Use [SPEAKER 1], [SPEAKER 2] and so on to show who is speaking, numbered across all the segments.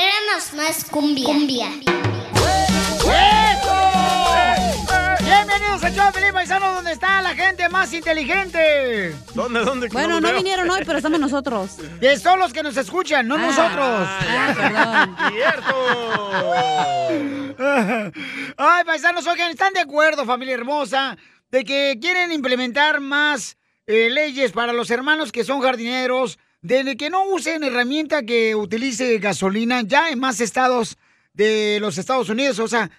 [SPEAKER 1] menos más cumbia. Cumbia.
[SPEAKER 2] ¡Eso! Bienvenidos a Choplin Paisano, donde está la gente más inteligente.
[SPEAKER 3] ¿Dónde, dónde? que
[SPEAKER 4] Bueno,
[SPEAKER 3] los
[SPEAKER 4] no
[SPEAKER 3] veo?
[SPEAKER 4] vinieron hoy, pero estamos nosotros.
[SPEAKER 2] Que son los que nos escuchan, no nosotros. ¡Cierto! Ay, paisanos, oigan, ¿están de acuerdo, familia hermosa, de que quieren implementar más eh, leyes para los hermanos que son jardineros, de que no usen herramienta que utilice gasolina ya en más estados de los Estados Unidos? O sea,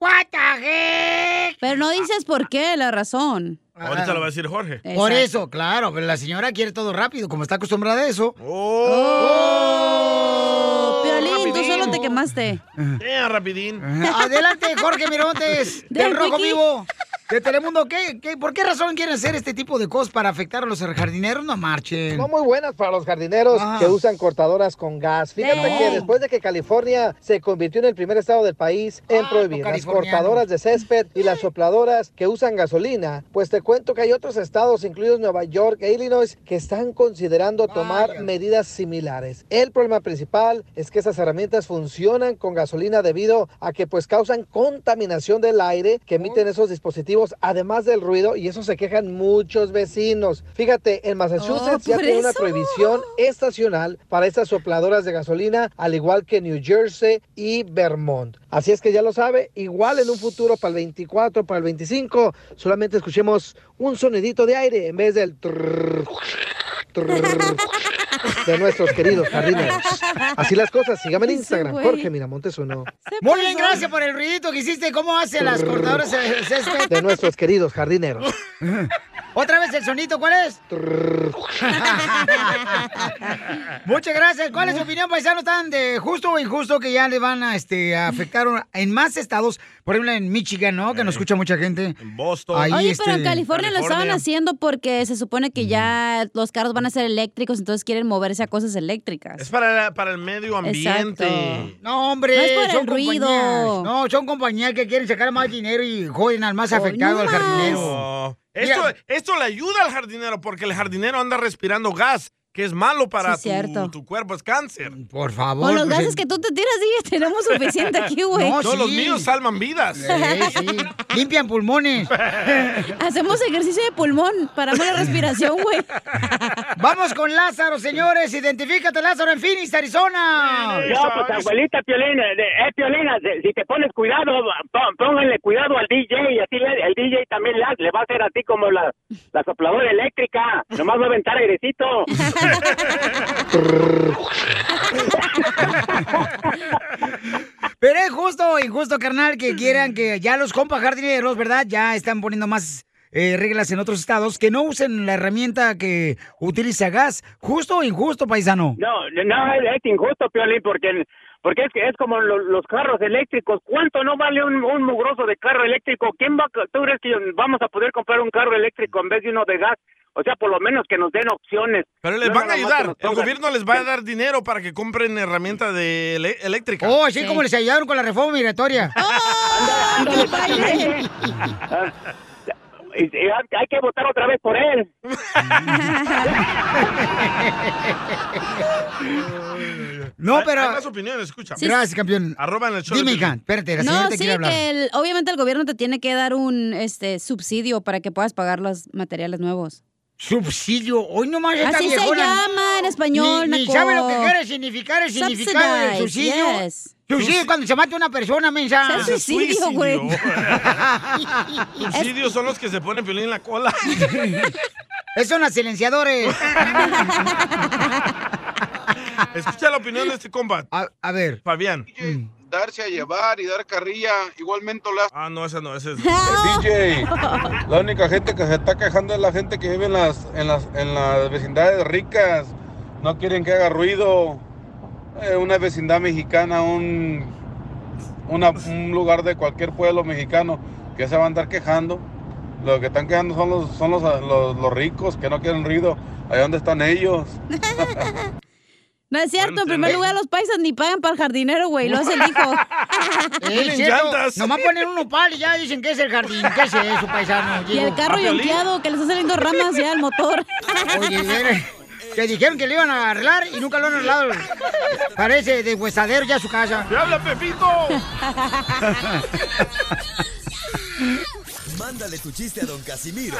[SPEAKER 2] ¿What the heck?
[SPEAKER 4] Pero no dices por qué, la razón.
[SPEAKER 3] Ahorita lo va a decir Jorge.
[SPEAKER 2] ah, Por eso, claro, pero la señora quiere todo rápido, como está acostumbrada a eso.
[SPEAKER 3] Oh.
[SPEAKER 2] Oh.
[SPEAKER 4] Piolín, tú solo te quemaste.
[SPEAKER 3] Eh, rapidín.
[SPEAKER 2] Adelante, Jorge Mirontes,
[SPEAKER 4] Del
[SPEAKER 2] del Rojo
[SPEAKER 4] Wiki.
[SPEAKER 2] Vivo. De Telemundo, ¿Qué, qué, por qué razón quieren hacer este tipo de cosas para afectar a los jardineros? No marchen.
[SPEAKER 5] No muy buenas para los jardineros
[SPEAKER 2] Ah.
[SPEAKER 5] que usan cortadoras con gas. Fíjate
[SPEAKER 2] No.
[SPEAKER 5] que después de que California se convirtió en el primer estado del país en prohibir las
[SPEAKER 2] Ah, californiano.
[SPEAKER 5] cortadoras de césped y las sopladoras que usan gasolina, pues te cuento que hay otros estados, incluidos Nueva York e Illinois, que están considerando tomar medidas similares. El problema principal es que esas herramientas funcionan con gasolina debido a que pues causan contaminación del aire que emiten esos dispositivos, además del ruido, y eso se quejan muchos vecinos. Fíjate, en Massachusetts
[SPEAKER 6] Oh,
[SPEAKER 5] ya
[SPEAKER 6] por
[SPEAKER 5] tiene una
[SPEAKER 6] eso.
[SPEAKER 5] prohibición estacional para estas sopladoras de gasolina, al igual que New Jersey y Vermont. Así es que ya lo sabe, igual en un futuro para el 24, para el 25, solamente escuchemos un sonidito de aire en vez del trrr, trrr de nuestros queridos jardineros. Así las cosas, sígame en
[SPEAKER 2] Ese
[SPEAKER 5] Instagram,
[SPEAKER 2] güey.
[SPEAKER 5] Jorge Miramontes uno
[SPEAKER 2] Muy bien, gracias por el ruidito que hiciste. ¿Cómo hacen las cortadoras de de césped?
[SPEAKER 5] de nuestros queridos jardineros.
[SPEAKER 2] Otra vez el sonito, ¿cuál es? Muchas gracias. ¿Cuál es su opinión, paisano, tan de justo o injusto que ya le van a, este, a afectar en más estados? Por ejemplo, en Michigan, ¿no? Que nos escucha mucha gente. Eh, este, En Boston.
[SPEAKER 4] Oye,
[SPEAKER 3] este,
[SPEAKER 4] pero en California, lo estaban haciendo porque se supone que
[SPEAKER 3] Mm.
[SPEAKER 4] ya los carros van a ser eléctricos, entonces quieren moverse a cosas eléctricas.
[SPEAKER 3] Es para, para el medio ambiente.
[SPEAKER 4] Exacto.
[SPEAKER 2] No, hombre,
[SPEAKER 4] No es por
[SPEAKER 2] Eh, son
[SPEAKER 4] el ruido.
[SPEAKER 2] compañías. No, son compañías que quieren sacar más dinero y joden al más afectado, al jardinero.
[SPEAKER 3] No. Oh, Esto, esto le ayuda al jardinero porque el jardinero anda respirando gas, que es malo para
[SPEAKER 4] Sí,
[SPEAKER 3] tu,
[SPEAKER 4] cierto.
[SPEAKER 3] tu cuerpo, es cáncer.
[SPEAKER 2] Por favor.
[SPEAKER 4] Con los gases que tú te tiras, sí, tenemos suficiente aquí, güey.
[SPEAKER 3] No, los míos salvan vidas.
[SPEAKER 2] Eh. Limpian pulmones.
[SPEAKER 4] Hacemos ejercicio de pulmón, paramos la respiración, güey.
[SPEAKER 2] Vamos con Lázaro, señores. Identifícate, Lázaro, en Phoenix, Arizona.
[SPEAKER 7] No, pues abuelita Piolín, eh, eh, Piolina, si- si te pones cuidado, pon- pónganle cuidado al DJ y así le- el DJ también le, hace- le va a hacer así como la, la sopladora eléctrica, nomás va a aventar airecito.
[SPEAKER 2] Pero es justo o injusto, carnal, que quieran que ya los compas jardineros, ¿verdad? Ya están poniendo más eh, reglas en otros estados que no usen la herramienta que utiliza gas. ¿Justo o injusto, paisano?
[SPEAKER 7] No, no, es, es injusto, Piolín, porque, porque es, que es como lo- los carros eléctricos. ¿Cuánto no vale un, un mugroso de carro eléctrico? ¿Quién va, a- tú crees que vamos a poder comprar un carro eléctrico en vez de uno de gas? O sea, por lo menos que nos den opciones.
[SPEAKER 3] Pero les
[SPEAKER 7] No
[SPEAKER 3] van a
[SPEAKER 7] nada más que
[SPEAKER 3] ayudar.
[SPEAKER 7] nos
[SPEAKER 3] El
[SPEAKER 7] pongan-
[SPEAKER 3] gobierno les va a dar dinero para que compren herramienta de ele- eléctrica.
[SPEAKER 2] Oh, así como les ayudaron con la reforma migratoria.
[SPEAKER 4] Oh.
[SPEAKER 7] Ah, Y- y hay hay que votar otra vez por él.
[SPEAKER 2] No,
[SPEAKER 3] Hay-
[SPEAKER 2] pero-
[SPEAKER 3] Hay más opiniones, escucha.
[SPEAKER 4] Sí. Gracias,
[SPEAKER 2] campeón.
[SPEAKER 3] Arroba en el show.
[SPEAKER 2] Dime,
[SPEAKER 3] de
[SPEAKER 2] hija,
[SPEAKER 3] Piolín.
[SPEAKER 2] espérate, la señora
[SPEAKER 4] No,
[SPEAKER 2] te
[SPEAKER 4] sí,
[SPEAKER 2] quiere hablar.
[SPEAKER 4] que el- obviamente el gobierno te tiene que dar un este subsidio para que puedas pagar los materiales nuevos.
[SPEAKER 2] Subsidio, hoy nomás esta
[SPEAKER 4] Así se
[SPEAKER 2] viejona-
[SPEAKER 4] llama en español,
[SPEAKER 2] Ni, ni
[SPEAKER 4] naco.
[SPEAKER 2] sabe lo que quiere significar el
[SPEAKER 4] Subsidize,
[SPEAKER 2] significado del subsidio.
[SPEAKER 4] yes.
[SPEAKER 2] Subsidio es cuando se mata una persona, mensa.
[SPEAKER 3] Eso es suicidio, güey.
[SPEAKER 2] es,
[SPEAKER 3] Subsidios son los que se ponen Piolín en la cola.
[SPEAKER 2] es son las silenciadores.
[SPEAKER 3] Escucha la opinión de este combat.
[SPEAKER 2] A, ver.
[SPEAKER 3] Fabián.
[SPEAKER 8] darse a llevar y dar carrilla, igualmente las...
[SPEAKER 3] Ah, no, esa no, esa es...
[SPEAKER 8] DJ, la única gente que se está quejando es la gente que vive en las, en las, en las vecindades ricas. No quieren que haga ruido. Eh, una vecindad mexicana, un, una- un lugar de cualquier pueblo mexicano que se va a andar quejando. Lo que están quejando son los, son los, los, los ricos que no quieren ruido. Allá donde están ellos.
[SPEAKER 4] No es cierto, en primer lugar los paisas ni pagan para el jardinero, güey, lo hace el hijo.
[SPEAKER 2] Es cierto, Nomás ponen un nopal y ya dicen que es el jardín. ¿Qué es eso, paisano?
[SPEAKER 4] Y el carro
[SPEAKER 2] yonqueado.
[SPEAKER 4] yonqueado que le está saliendo ramas ya al motor.
[SPEAKER 2] Oye, que dijeron que le iban a arreglar y nunca lo han arreglado. Parece de huesadero ya su casa.
[SPEAKER 3] ¡Te habla Pepito!
[SPEAKER 1] Mándale tu chiste a don Casimiro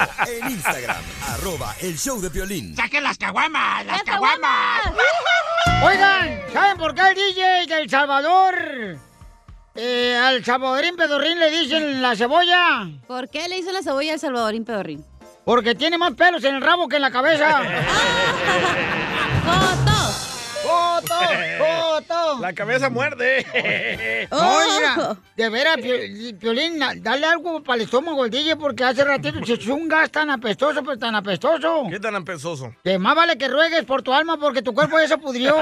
[SPEAKER 1] en Instagram, arroba el show de violín.
[SPEAKER 2] ¡Saquen las caguamas! ¡Las caguamas! Oigan, ¿saben por qué el DJ del Salvador? eh, al Salvadorín Pedorrín le dicen la cebolla.
[SPEAKER 4] ¿Por qué le hizo la cebolla al Salvadorín Pedorrín?
[SPEAKER 2] Porque tiene más pelos en el rabo que en la cabeza. ¡Foto! ¡Foto!
[SPEAKER 3] La cabeza muerde.
[SPEAKER 2] Oiga, de veras, Pio- Piolín, na- dale algo para el estómago al DJ porque hace ratito se echó un gas tan apestoso, pero tan apestoso.
[SPEAKER 3] ¿Qué tan ampesoso?
[SPEAKER 2] Que más vale que ruegues por tu alma porque tu cuerpo ya se pudrió.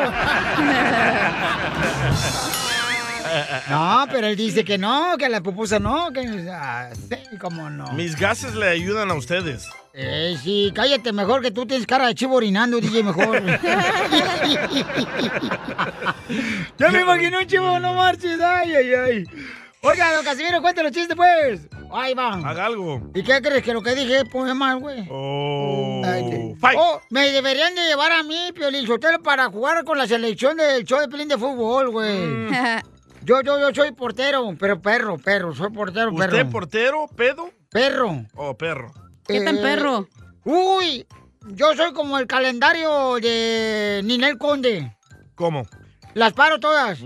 [SPEAKER 2] No, pero él dice que no, que la pupusa no, que... Ah, sí, cómo no.
[SPEAKER 3] Mis gases le ayudan a ustedes.
[SPEAKER 2] Eh, sí, cállate mejor que tú tienes cara de chivo orinando, DJ, mejor. Yo me imagino un chivo, no marches, ay, ay, ay. Oiga, don Casimiro, cuéntale los chistes, pues. Ahí va.
[SPEAKER 3] Haga algo.
[SPEAKER 2] ¿Y qué crees que lo que dije es mal, güey?
[SPEAKER 3] Oh.
[SPEAKER 2] Ay, qué- Oh, me deberían de llevar a mí, Piolín Sotelo, para jugar con la selección del show de Pelín de fútbol, güey.
[SPEAKER 3] Mm.
[SPEAKER 2] Yo, yo, yo soy portero, pero perro, perro, soy portero, perro.
[SPEAKER 3] ¿Usted portero, pedo
[SPEAKER 2] Perro.
[SPEAKER 3] o Oh, perro?
[SPEAKER 4] ¿Qué tan
[SPEAKER 2] Eh,
[SPEAKER 4] perro?
[SPEAKER 2] Uy, yo soy como el calendario de Ninel Conde.
[SPEAKER 3] ¿Cómo?
[SPEAKER 2] Las paro todas.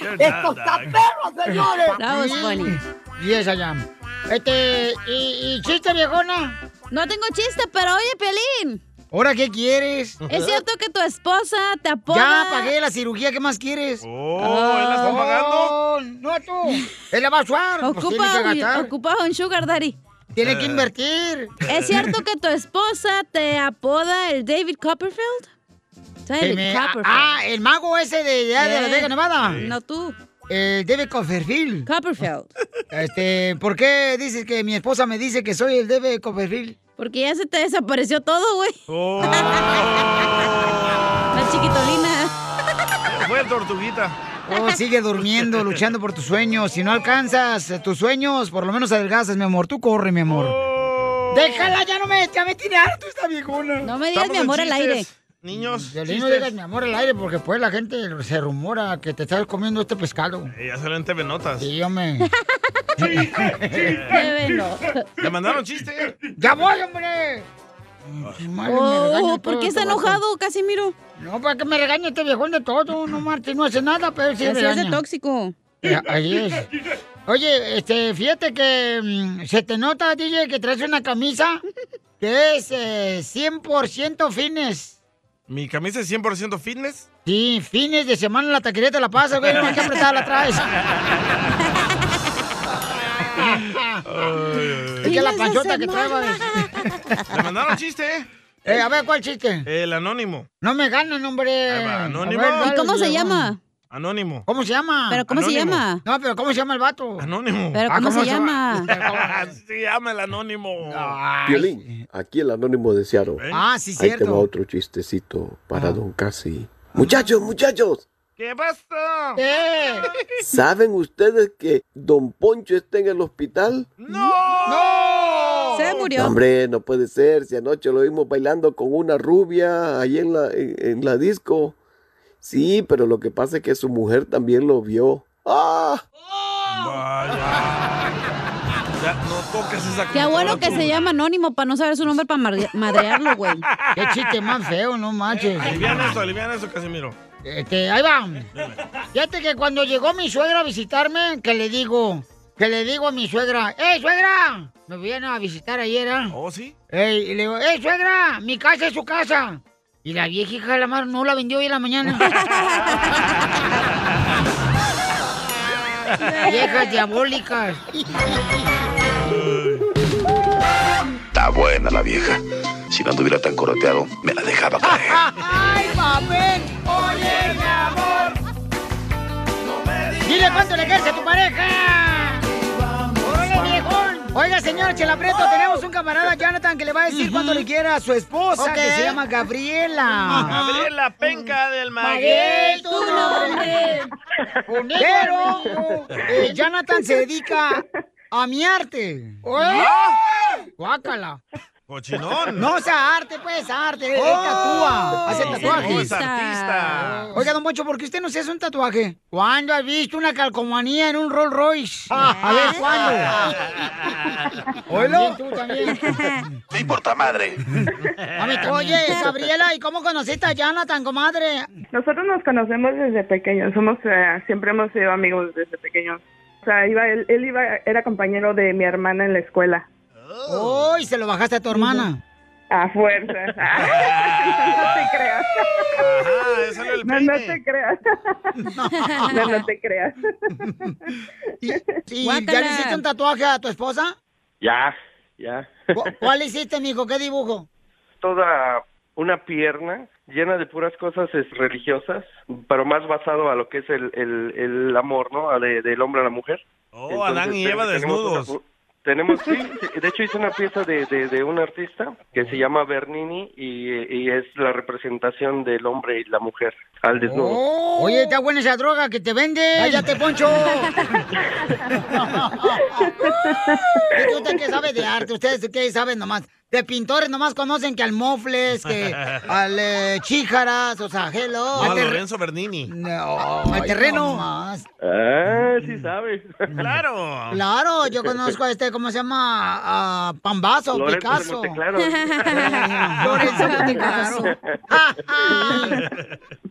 [SPEAKER 6] ¡Esto está perro, señores!
[SPEAKER 4] That was
[SPEAKER 3] pues.
[SPEAKER 4] funny.
[SPEAKER 2] Yes, I am. Este, ¿y, y chiste, viejona?
[SPEAKER 4] No tengo chiste, pero oye, Pelín.
[SPEAKER 2] ¿Ahora qué quieres?
[SPEAKER 4] ¿Es cierto que tu esposa te apoda?
[SPEAKER 2] Ya pagué la cirugía, ¿qué más quieres?
[SPEAKER 3] Oh, ¿él la está pagando?
[SPEAKER 2] Oh, no tú. Él la va a usar. pues, tiene
[SPEAKER 4] Ocupa,
[SPEAKER 2] que
[SPEAKER 4] un-
[SPEAKER 2] gastar.
[SPEAKER 4] ocupa un sugar daddy.
[SPEAKER 2] Tiene
[SPEAKER 3] Eh.
[SPEAKER 2] que invertir.
[SPEAKER 4] ¿Es cierto que tu esposa te apoda el David Copperfield?
[SPEAKER 2] Que
[SPEAKER 4] David
[SPEAKER 2] me-
[SPEAKER 4] Copperfield.
[SPEAKER 2] ah, el mago ese de, de, de la
[SPEAKER 4] Eh.
[SPEAKER 2] Vega Nevada.
[SPEAKER 4] No tú,
[SPEAKER 2] Eh, David Copperfield.
[SPEAKER 4] Copperfield.
[SPEAKER 2] Este, ¿por qué dices que mi esposa me dice que soy el David Copperfield?
[SPEAKER 4] Porque ya se te desapareció todo, güey.
[SPEAKER 3] Oh.
[SPEAKER 4] La chiquitolina.
[SPEAKER 3] Fue tortuguita.
[SPEAKER 2] Oh, sigue durmiendo, luchando por tus sueños. Si no alcanzas eh, tus sueños, por lo menos adelgazas, mi amor. Tú corre, mi amor. Déjala, ya no me, ya me tiene harto esta viejona.
[SPEAKER 4] No me digas
[SPEAKER 3] Estamos
[SPEAKER 4] mi
[SPEAKER 3] en
[SPEAKER 4] amor al aire.
[SPEAKER 3] chistes, Niños,
[SPEAKER 2] Violín, no
[SPEAKER 3] chistes.
[SPEAKER 2] digas mi amor al aire porque pues la gente se rumora que te estás comiendo este pescado.
[SPEAKER 3] Eh, ya salen en TV Notas.
[SPEAKER 2] Sí, hombre.
[SPEAKER 4] Qué bueno.
[SPEAKER 3] ¿Le mandaron chiste?
[SPEAKER 2] ¡Ya voy, hombre! Qué malo me regaña
[SPEAKER 4] Oh,
[SPEAKER 2] todo
[SPEAKER 4] ¿por qué
[SPEAKER 2] este
[SPEAKER 4] está
[SPEAKER 2] vato.
[SPEAKER 4] enojado, Casimiro?
[SPEAKER 2] No, para que me regañe este viejón de todo. No, Martín, no hace nada, pero sí
[SPEAKER 4] Se hace
[SPEAKER 2] regaña.
[SPEAKER 4] tóxico.
[SPEAKER 2] Eh, Ahí es. Oye, este, fíjate que mm, se te nota, DJ, que traes una camisa que es eh, 100% fines.
[SPEAKER 3] ¿Mi camisa es 100% fitness?
[SPEAKER 2] Sí, fines de semana en la taquería te la pasas, güey, no hay que apretarla, traes. es que
[SPEAKER 4] Fines
[SPEAKER 2] la
[SPEAKER 4] de
[SPEAKER 2] panchota que
[SPEAKER 4] semana.
[SPEAKER 2] traigo.
[SPEAKER 3] ¿Le mandaron chiste?
[SPEAKER 2] Eh, a ver, ¿cuál chiste?
[SPEAKER 3] El anónimo.
[SPEAKER 2] No me ganan, hombre.
[SPEAKER 3] Ahí va, anónimo.
[SPEAKER 2] A ver,
[SPEAKER 4] ¿Y
[SPEAKER 2] dale,
[SPEAKER 4] cómo se
[SPEAKER 2] viejón.
[SPEAKER 4] llama?
[SPEAKER 3] Anónimo.
[SPEAKER 2] ¿Cómo se llama?
[SPEAKER 4] ¿Pero cómo se
[SPEAKER 3] Anónimo.
[SPEAKER 4] llama?
[SPEAKER 2] No, pero ¿cómo se llama el vato?
[SPEAKER 3] Anónimo.
[SPEAKER 4] ¿Pero
[SPEAKER 2] Ah,
[SPEAKER 4] cómo se
[SPEAKER 2] llama?
[SPEAKER 4] llama?
[SPEAKER 3] se llama el anónimo.
[SPEAKER 2] Ay.
[SPEAKER 9] Violín, aquí el anónimo de Seattle.
[SPEAKER 3] ¿Eh?
[SPEAKER 2] Ah, sí,
[SPEAKER 9] Ahí te va
[SPEAKER 2] cierto.
[SPEAKER 9] otro chistecito
[SPEAKER 3] Ah.
[SPEAKER 9] para Don Casi. Muchachos, muchachos,
[SPEAKER 3] ¿Qué pasa?
[SPEAKER 2] Eh,
[SPEAKER 9] ¿saben ustedes que Don Poncho está en el hospital?
[SPEAKER 3] ¡No!
[SPEAKER 4] Se murió.
[SPEAKER 9] Hombre, no puede ser, si anoche lo vimos bailando con una rubia ahí en la, en, en la disco. Sí, pero lo que pasa es que su mujer también lo vio. ¡Ah!
[SPEAKER 3] Vaya. Ya, no toques esa
[SPEAKER 4] Qué bueno
[SPEAKER 3] computadora,
[SPEAKER 4] que
[SPEAKER 3] tú.
[SPEAKER 4] se llama anónimo para no saber su nombre para mar- madrearlo, güey.
[SPEAKER 2] qué chiste más feo, no manches.
[SPEAKER 3] Alivian eso, alivian eso, Casimiro.
[SPEAKER 2] Este, ahí va. Fíjate que cuando llegó mi suegra a visitarme, que le digo, que le digo a mi suegra, ¡eh, suegra! Me viene a visitar ayer, ¿ah?
[SPEAKER 3] ¿Oh, sí?
[SPEAKER 2] Ey, y le digo, ¡eh, suegra! Mi casa es su casa. Y la vieja hija de la mar no la vendió hoy en la mañana. Viejas diabólicas.
[SPEAKER 10] Está buena la vieja. Si no anduviera tan coroteado, me la dejaba caer.
[SPEAKER 2] ¡Ay, papel! ¡Oye, mi amor! ¡Dile cuánto le quieres a tu pareja! ¡Órale, viejón! Oiga, señor Chelapreto, tenemos un camarada, Jonathan, que le va a decir cuánto le quiere a su esposa, que
[SPEAKER 4] Ok.
[SPEAKER 2] se llama Gabriela.
[SPEAKER 3] Gabriela Penca del
[SPEAKER 2] Pagué tu nombre. Pero eh, Jonathan se dedica a mi arte. ¡Oh! Guácala.
[SPEAKER 3] Cochinón.
[SPEAKER 2] No, sea arte, pues, arte. Él
[SPEAKER 3] Oh,
[SPEAKER 2] tatúa. Hace
[SPEAKER 3] sí,
[SPEAKER 2] tatuajes.
[SPEAKER 3] no, es artista.
[SPEAKER 2] Oiga, don Poncho, ¿por qué usted no se hace un tatuaje? ¿Cuándo has visto una calcomanía en un Rolls Royce? A ver,
[SPEAKER 3] Ah.
[SPEAKER 2] ¿cuándo? Oilo. tú también.
[SPEAKER 10] No importa madre.
[SPEAKER 2] Oye, Gabriela, ¿y cómo conociste a Jonathan, comadre?
[SPEAKER 11] Nosotros nos conocemos desde pequeños, somos eh, siempre hemos sido amigos desde pequeños. O sea, iba, él, él iba, era compañero de mi hermana en la escuela.
[SPEAKER 2] Uy, se lo bajaste a tu hermana.
[SPEAKER 11] A fuerzas. no te creas. no, no te creas. no, no te creas.
[SPEAKER 2] ¿Y ya le hiciste un tatuaje a tu esposa?
[SPEAKER 12] Ya, ya.
[SPEAKER 2] ¿Cu- ¿Cuál hiciste, mijo? ¿Qué dibujo?
[SPEAKER 12] Toda una pierna llena de puras cosas es, religiosas, pero más basado a lo que es el, el, el amor, ¿no? A de- del hombre a la mujer.
[SPEAKER 3] Oh, Adán y Eva
[SPEAKER 12] tenemos una
[SPEAKER 3] desnudos.
[SPEAKER 12] pu- tenemos, sí, sí, de hecho hice una pieza de, de, de un artista que se llama Bernini y, y es la representación del hombre y la mujer al desnudo.
[SPEAKER 2] Oh. Oye, está buena esa droga que te vende. Cállate, Poncho. ¿Y ¿Usted qué sabe de arte? ¿Ustedes qué saben nomás? De pintores nomás conocen que al Mofles, que al eh, Chíjaras, o sea, hello.
[SPEAKER 3] No,
[SPEAKER 2] al
[SPEAKER 3] a
[SPEAKER 2] ter-
[SPEAKER 3] Lorenzo Bernini.
[SPEAKER 2] No. al terreno.
[SPEAKER 12] Ah, sí sabe.
[SPEAKER 3] Claro.
[SPEAKER 2] Claro, yo conozco a este, ¿cómo se llama? A Pambazo,
[SPEAKER 12] Lorenzo de
[SPEAKER 2] Picasso.
[SPEAKER 12] Monteclaro.
[SPEAKER 2] Lorenzo de Monteclaro.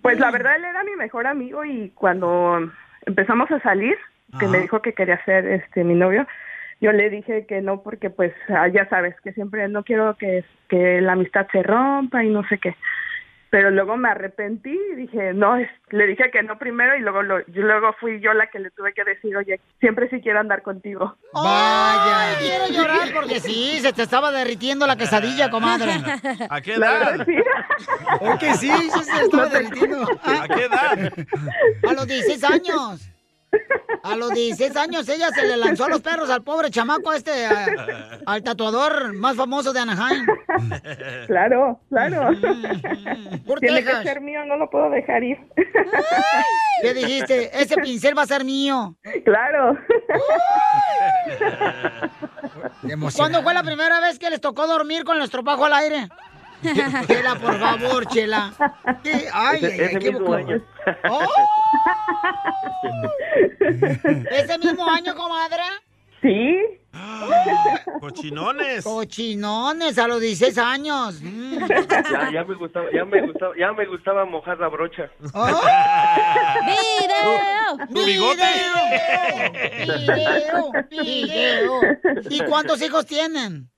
[SPEAKER 11] Pues la verdad, él era mi mejor amigo y cuando empezamos a salir, que me dijo que quería ser este mi novio, yo le dije que no porque pues ah, ya sabes que siempre no quiero que, que la amistad se rompa y no sé qué. Pero luego me arrepentí y dije, no, es- le dije que no primero y luego lo- yo- luego fui yo la que le tuve que decir, oye, siempre sí quiero andar contigo.
[SPEAKER 2] Vaya. Quiero llorar porque sí, se te estaba derritiendo la quesadilla, comadre.
[SPEAKER 3] ¿A qué
[SPEAKER 2] La
[SPEAKER 3] edad?
[SPEAKER 2] verdad, Es que sí, sí se estaba derritiendo.
[SPEAKER 3] ¿A qué edad?
[SPEAKER 2] A los 16 años. A los 16 años ella se le lanzó a los perros al pobre chamaco este, a- al tatuador más famoso de Anaheim.
[SPEAKER 11] Claro, claro.
[SPEAKER 2] Mm-hmm. Por
[SPEAKER 11] Tiene que
[SPEAKER 2] Texas.
[SPEAKER 11] ser mío, no lo puedo dejar ir.
[SPEAKER 2] Le dijiste, ese pincel va a ser mío.
[SPEAKER 11] Claro.
[SPEAKER 2] ¿Cuándo fue la primera vez que les tocó dormir con el estropajo al aire? Chela, por favor, Chela. ¿Qué? Ay,
[SPEAKER 12] Ese-
[SPEAKER 2] ay, ay,
[SPEAKER 12] ese
[SPEAKER 2] qué Oh.
[SPEAKER 12] mismo
[SPEAKER 2] boca-
[SPEAKER 12] año.
[SPEAKER 2] ¿Ese mismo año, comadre?
[SPEAKER 11] Sí.
[SPEAKER 3] Cochinones.
[SPEAKER 2] Cochinones a los 16 años. Mm.
[SPEAKER 12] Ya, ya me gustaba, ya me gustaba, ya me gustaba mojar la brocha.
[SPEAKER 2] ¡Video!
[SPEAKER 12] tu bigote.
[SPEAKER 2] ¡Video! ¡Video! ¿Y cuántos hijos tienen?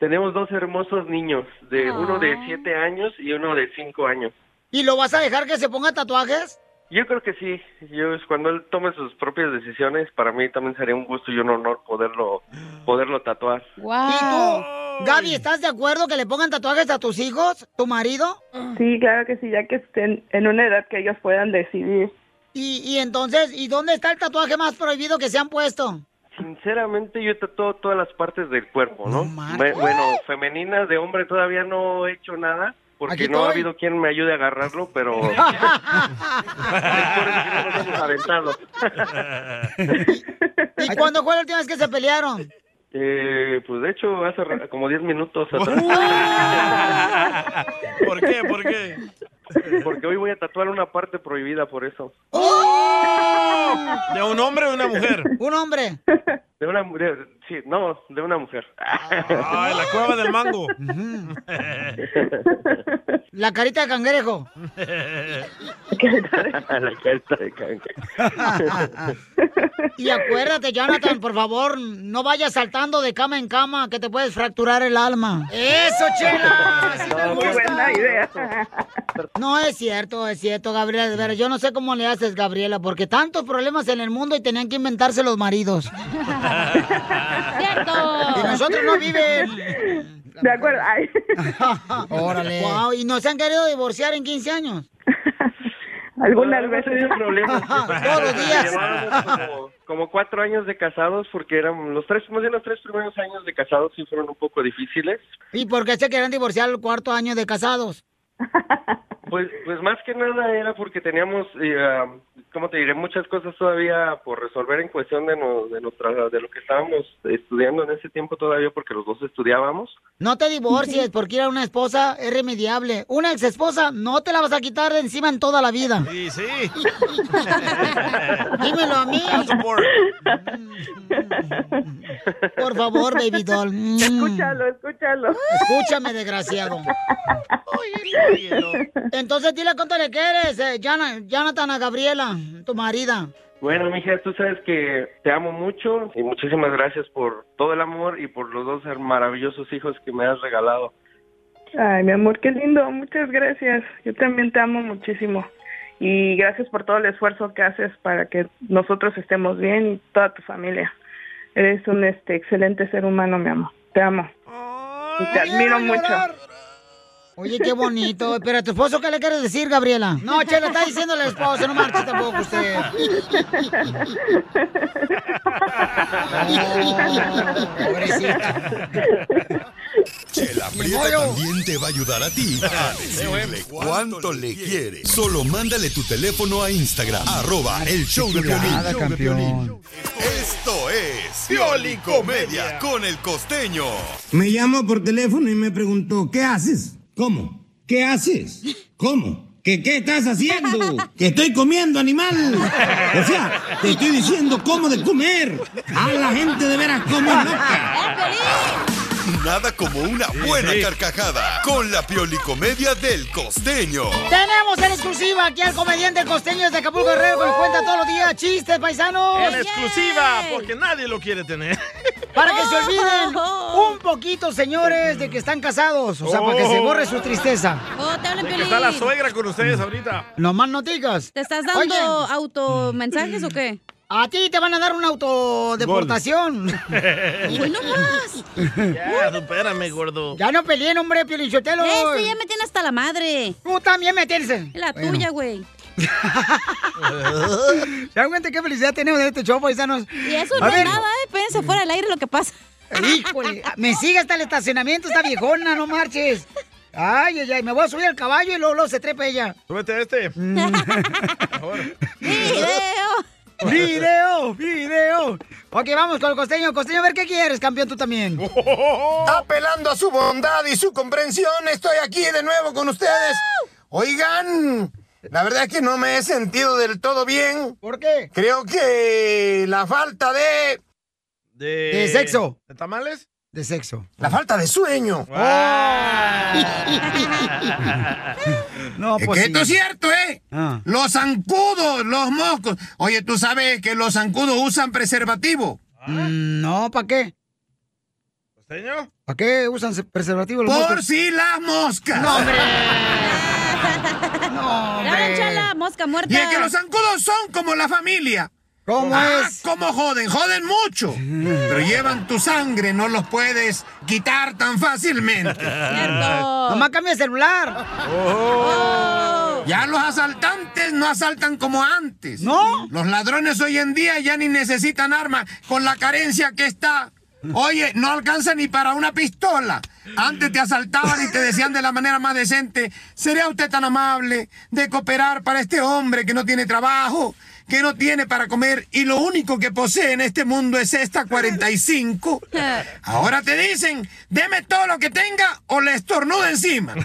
[SPEAKER 12] Tenemos dos hermosos niños, de uno de siete años y uno de cinco años.
[SPEAKER 2] ¿Y lo vas a dejar que se ponga tatuajes?
[SPEAKER 12] Yo creo que sí. Yo es cuando él tome sus propias decisiones, para mí también sería un gusto y un honor poderlo poderlo tatuar.
[SPEAKER 2] ¿Y tú, Gaby, estás de acuerdo que le pongan tatuajes a tus hijos, tu marido?
[SPEAKER 11] Sí, claro que sí, ya que estén en una edad que ellos puedan decidir.
[SPEAKER 2] Y, y entonces, ¿y dónde está el tatuaje más prohibido que se han puesto?
[SPEAKER 12] Sinceramente, yo tatúo todas las partes del cuerpo, ¿no? Bue- bueno, femeninas de hombre todavía no he hecho nada porque
[SPEAKER 2] Aquí
[SPEAKER 12] no ha
[SPEAKER 2] estoy.
[SPEAKER 12] habido quien me ayude a agarrarlo, pero Es por eso que no nos hemos aventado.
[SPEAKER 2] ¿Y cuándo fue la última vez que se pelearon?
[SPEAKER 12] Eh, pues de hecho, hace ra- como 10 minutos
[SPEAKER 3] atrás.
[SPEAKER 12] ¿Por qué? ¿Por qué? Porque hoy voy a tatuar una parte prohibida por eso.
[SPEAKER 3] ¿De un hombre o de una mujer?
[SPEAKER 2] ¡Oh! Un hombre.
[SPEAKER 12] De una mu- de- sí, no, de una mujer.
[SPEAKER 3] Ay, Ah, la cueva del mango.
[SPEAKER 2] La carita de cangrejo.
[SPEAKER 12] la carta de canje.
[SPEAKER 2] Y acuérdate, Jonathan, por favor, no vayas saltando de cama en cama, que te puedes fracturar el alma. ¡Eso, chela! ¡Sí me
[SPEAKER 11] Muy
[SPEAKER 2] gusta!
[SPEAKER 11] buena idea.
[SPEAKER 2] No, es cierto, es cierto, Gabriela. De veras, yo no sé cómo le haces, Gabriela, porque tantos problemas en el mundo y tenían que inventarse los maridos. Y nosotros no viven.
[SPEAKER 11] De acuerdo. Ay.
[SPEAKER 2] Órale. Wow, y no se han querido divorciar en 15 años.
[SPEAKER 11] Algunas
[SPEAKER 12] Hemos
[SPEAKER 11] veces.
[SPEAKER 12] tenido problemas.
[SPEAKER 2] Todos los días.
[SPEAKER 12] Llevábamos como, como cuatro años de casados porque eran los tres, más bien los tres primeros años de casados sí fueron un poco difíciles.
[SPEAKER 2] ¿Y por qué se querían divorciar al cuarto año de casados?
[SPEAKER 12] Pues, pues más que nada era porque teníamos, eh, como te diré, muchas cosas todavía por resolver en cuestión de, no- de, nuestra, de lo que estábamos estudiando en ese tiempo todavía porque los dos estudiábamos.
[SPEAKER 2] No te divorcies porque ir a una esposa es remediable. Una ex esposa no te la vas a quitar de encima en toda la vida.
[SPEAKER 3] Sí, sí.
[SPEAKER 2] Dímelo a mí. Por favor, baby doll. Escúchalo,
[SPEAKER 11] escúchalo.
[SPEAKER 2] Escúchame, desgraciado. Entonces dile cuánto le quieres, eh, Jana- Jonathan a Gabriela, tu marida.
[SPEAKER 12] Bueno, mija, tú sabes que te amo mucho y muchísimas gracias por todo el amor y por los dos maravillosos hijos que me has regalado.
[SPEAKER 11] Ay, mi amor, qué lindo. Muchas gracias. Yo también te amo muchísimo. Y gracias por todo el esfuerzo que haces para que nosotros estemos bien y toda tu familia. Eres un este excelente ser humano, mi amor. Te amo. Y te admiro mucho.
[SPEAKER 2] Oye, qué bonito. Pero a tu esposo, ¿qué le quieres decir, Gabriela? No, che, le está diciendo el esposo, no marches tampoco usted.
[SPEAKER 1] Chela Prieto también te va a ayudar a ti a decirle cuánto le quieres. Solo mándale tu teléfono a Instagram, arroba el show de
[SPEAKER 2] Nada,
[SPEAKER 1] Piolín.
[SPEAKER 2] campeón.
[SPEAKER 1] Esto es Pioli Comedia con el costeño.
[SPEAKER 13] Me llamó por teléfono y me preguntó, ¿qué haces? ¿Cómo? ¿Qué haces? ¿Cómo? ¿Qué, qué estás haciendo? Que estoy comiendo, animal. O sea, te estoy diciendo cómo de comer. A la gente de veras como es loca.
[SPEAKER 1] Nada como una buena carcajada con la Pioli Comedia del costeño.
[SPEAKER 2] Tenemos en exclusiva aquí al comediante costeño de Acapulco Guerrero que nos cuenta todos los días chistes paisanos.
[SPEAKER 3] En exclusiva, porque nadie lo quiere tener.
[SPEAKER 2] Para que se olviden
[SPEAKER 3] Oh.
[SPEAKER 2] un poquito, señores, de que están casados. O sea, para que se borre su tristeza.
[SPEAKER 4] Oh, te hablan,
[SPEAKER 3] De que
[SPEAKER 4] Piolín.
[SPEAKER 3] está la suegra con ustedes ahorita.
[SPEAKER 2] No más no digas.
[SPEAKER 4] ¿Te estás dando automensajes o qué?
[SPEAKER 2] A ti te van a dar una autodeportación.
[SPEAKER 4] Uy, no más.
[SPEAKER 3] Ya, supérame, gordo.
[SPEAKER 2] Ya no peleen, hombre, Piolichotelo.
[SPEAKER 4] Este ya me tiene hasta la madre.
[SPEAKER 2] Tú también me tienes.
[SPEAKER 4] La
[SPEAKER 2] Bueno.
[SPEAKER 4] tuya, güey.
[SPEAKER 2] ¿Se dan cuenta qué felicidad tenemos de este show, paisanos?
[SPEAKER 4] Y eso no es nada, ¿eh? Espérense fuera del aire lo que pasa.
[SPEAKER 2] Híjole, me sigue hasta el estacionamiento esta viejona, no marches. Ay, ay, ay, me voy a subir al caballo y luego, luego se trepa ella. Mm.
[SPEAKER 3] Súbete a este.
[SPEAKER 2] ¡Video! ¡Video! ¡Video! Ok, vamos con el costeño. Costeño, a ver qué quieres, campeón, tú también.
[SPEAKER 3] Oh.
[SPEAKER 14] Apelando a su bondad y su comprensión, estoy aquí de nuevo con ustedes. Oigan, la verdad es que no me he sentido del todo bien.
[SPEAKER 2] ¿Por qué?
[SPEAKER 14] Creo que la falta de...
[SPEAKER 3] De...
[SPEAKER 14] ¿De sexo?
[SPEAKER 3] ¿De tamales?
[SPEAKER 2] De sexo.
[SPEAKER 14] La falta de sueño.
[SPEAKER 2] Ah. No, Ah.
[SPEAKER 14] Es
[SPEAKER 2] pues
[SPEAKER 14] que
[SPEAKER 2] sí.
[SPEAKER 14] esto es cierto, ¿eh? Los zancudos, los moscos. Oye, ¿tú sabes que los zancudos usan preservativo?
[SPEAKER 2] Ah. Mm, No, ¿para qué?
[SPEAKER 3] ¿Costeño?
[SPEAKER 2] ¿Para qué usan se- preservativo los
[SPEAKER 14] Por
[SPEAKER 2] moscos?
[SPEAKER 14] si las moscas.
[SPEAKER 2] ¡No, hombre!
[SPEAKER 4] Claro, chala, mosca muerta.
[SPEAKER 14] Y es que los zancudos son como la familia.
[SPEAKER 2] ¿Cómo
[SPEAKER 14] es? ¿Cómo joden? Joden mucho. Pero llevan tu sangre, no los puedes quitar tan fácilmente.
[SPEAKER 2] Cierto. Nomás cambia el celular.
[SPEAKER 14] Ya los asaltantes no asaltan como antes.
[SPEAKER 2] No.
[SPEAKER 14] Los ladrones hoy en día ya ni necesitan armas con la carencia que está. Oye, no alcanza ni para una pistola. Antes te asaltaban y te decían de la manera más decente, ¿sería usted tan amable de cooperar para este hombre que no tiene trabajo, que no tiene para comer y lo único que posee en este mundo es esta 45? Ahora te dicen, deme todo lo que tenga o le estornudo encima.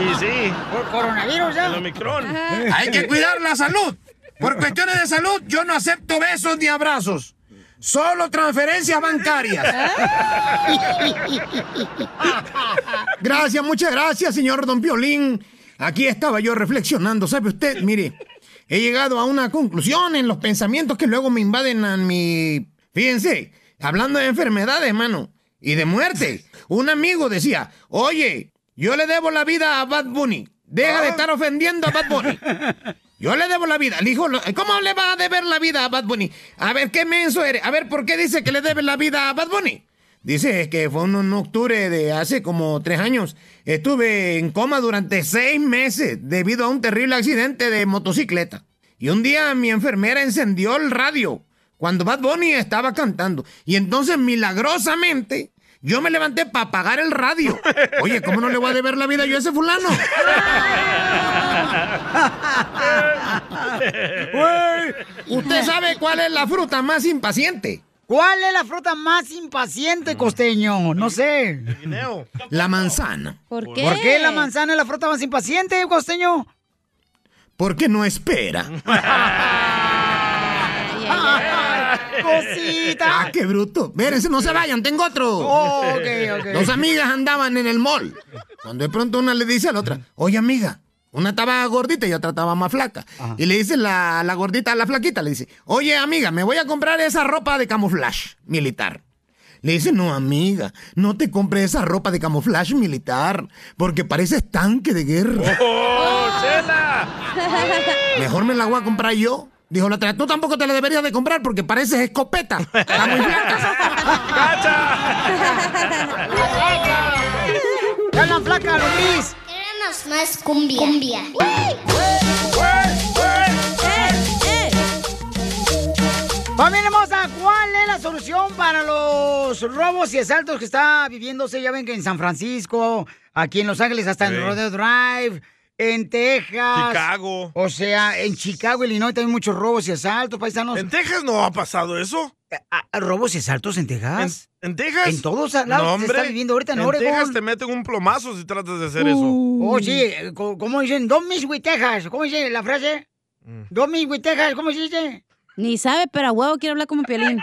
[SPEAKER 3] Y sí.
[SPEAKER 2] Por coronavirus ya.
[SPEAKER 3] El Omicron.
[SPEAKER 14] Hay que cuidar la salud. Por cuestiones de salud, yo no acepto besos ni abrazos. Solo transferencias bancarias. Gracias, muchas gracias, señor Don Piolín. Aquí estaba yo reflexionando, ¿sabe usted? Mire, he llegado a una conclusión en los pensamientos que luego me invaden a mi... Fíjense, hablando de enfermedades, hermano, y de muerte. Un amigo decía, oye, yo le debo la vida a Bad Bunny. Deja de estar ofendiendo a Bad Bunny. Yo le debo la vida. Le dijo, "No, ¿cómo le va a deber la vida a Bad Bunny? A ver, ¿qué menso eres? A ver, ¿por qué dice que le debe la vida a Bad Bunny? Dice que fue un, un octubre de hace como tres años. Estuve en coma durante seis meses debido a un terrible accidente de motocicleta. Y un día mi enfermera encendió el radio cuando Bad Bunny estaba cantando. Y entonces, milagrosamente, Yo me levanté para pagar el radio. Oye, ¿cómo no le voy a deber la vida yo a ese fulano? Güey, ¿Usted sabe cuál es la fruta más impaciente?
[SPEAKER 2] ¿Cuál es la fruta más impaciente, costeño? No sé.
[SPEAKER 14] La manzana.
[SPEAKER 2] ¿Por qué? ¿Por qué la manzana es la fruta más impaciente, costeño?
[SPEAKER 14] Porque no espera.
[SPEAKER 2] Cosita.
[SPEAKER 14] Ah, qué bruto. Vérense, no se vayan, tengo otro.
[SPEAKER 2] Oh, ok, ok.
[SPEAKER 14] Dos amigas andaban en el mall. Cuando de pronto una le dice a la otra, oye amiga, una estaba gordita y otra estaba más flaca. Y le dice la, la gordita a la flaquita, le dice, oye amiga, me voy a comprar esa ropa de camuflaje militar. Le dice, no amiga, no te compres esa ropa de camuflaje militar, porque pareces tanque de guerra.
[SPEAKER 3] ¡Oh,
[SPEAKER 14] Mejor me la voy a comprar yo. Dijo la otra, tú tampoco te la deberías de comprar porque pareces escopeta. Está muy
[SPEAKER 2] ¡Ya la flaca, Luis!
[SPEAKER 15] Queremos más cumbia. cumbia.
[SPEAKER 2] Eh, Familia hermosa, ¿cuál es la solución para los robos y asaltos que está viviéndose? Ya ven que en San Francisco, aquí en Los Ángeles, hasta
[SPEAKER 3] Sí.
[SPEAKER 2] en Rodeo Drive, en Texas.
[SPEAKER 3] Chicago.
[SPEAKER 2] O sea, en Chicago, Illinois, también muchos robos y asaltos, paisanos. ¿En
[SPEAKER 3] Texas no ha pasado eso?
[SPEAKER 2] Ah, ¿Robos y asaltos en Texas?
[SPEAKER 3] ¿En Texas?
[SPEAKER 2] En todos lados se está viviendo ahorita en Oregon.
[SPEAKER 3] Texas te meten un plomazo si tratas de hacer eso.
[SPEAKER 4] Uh.
[SPEAKER 2] Oh, sí, eh, co- ¿cómo dicen? Don't miss with Texas. ¿Cómo dice la frase?
[SPEAKER 3] Mm.
[SPEAKER 2] Don't miss with Texas, ¿cómo se dice?
[SPEAKER 4] Ni sabe, pero a huevo quiere hablar como Piolín.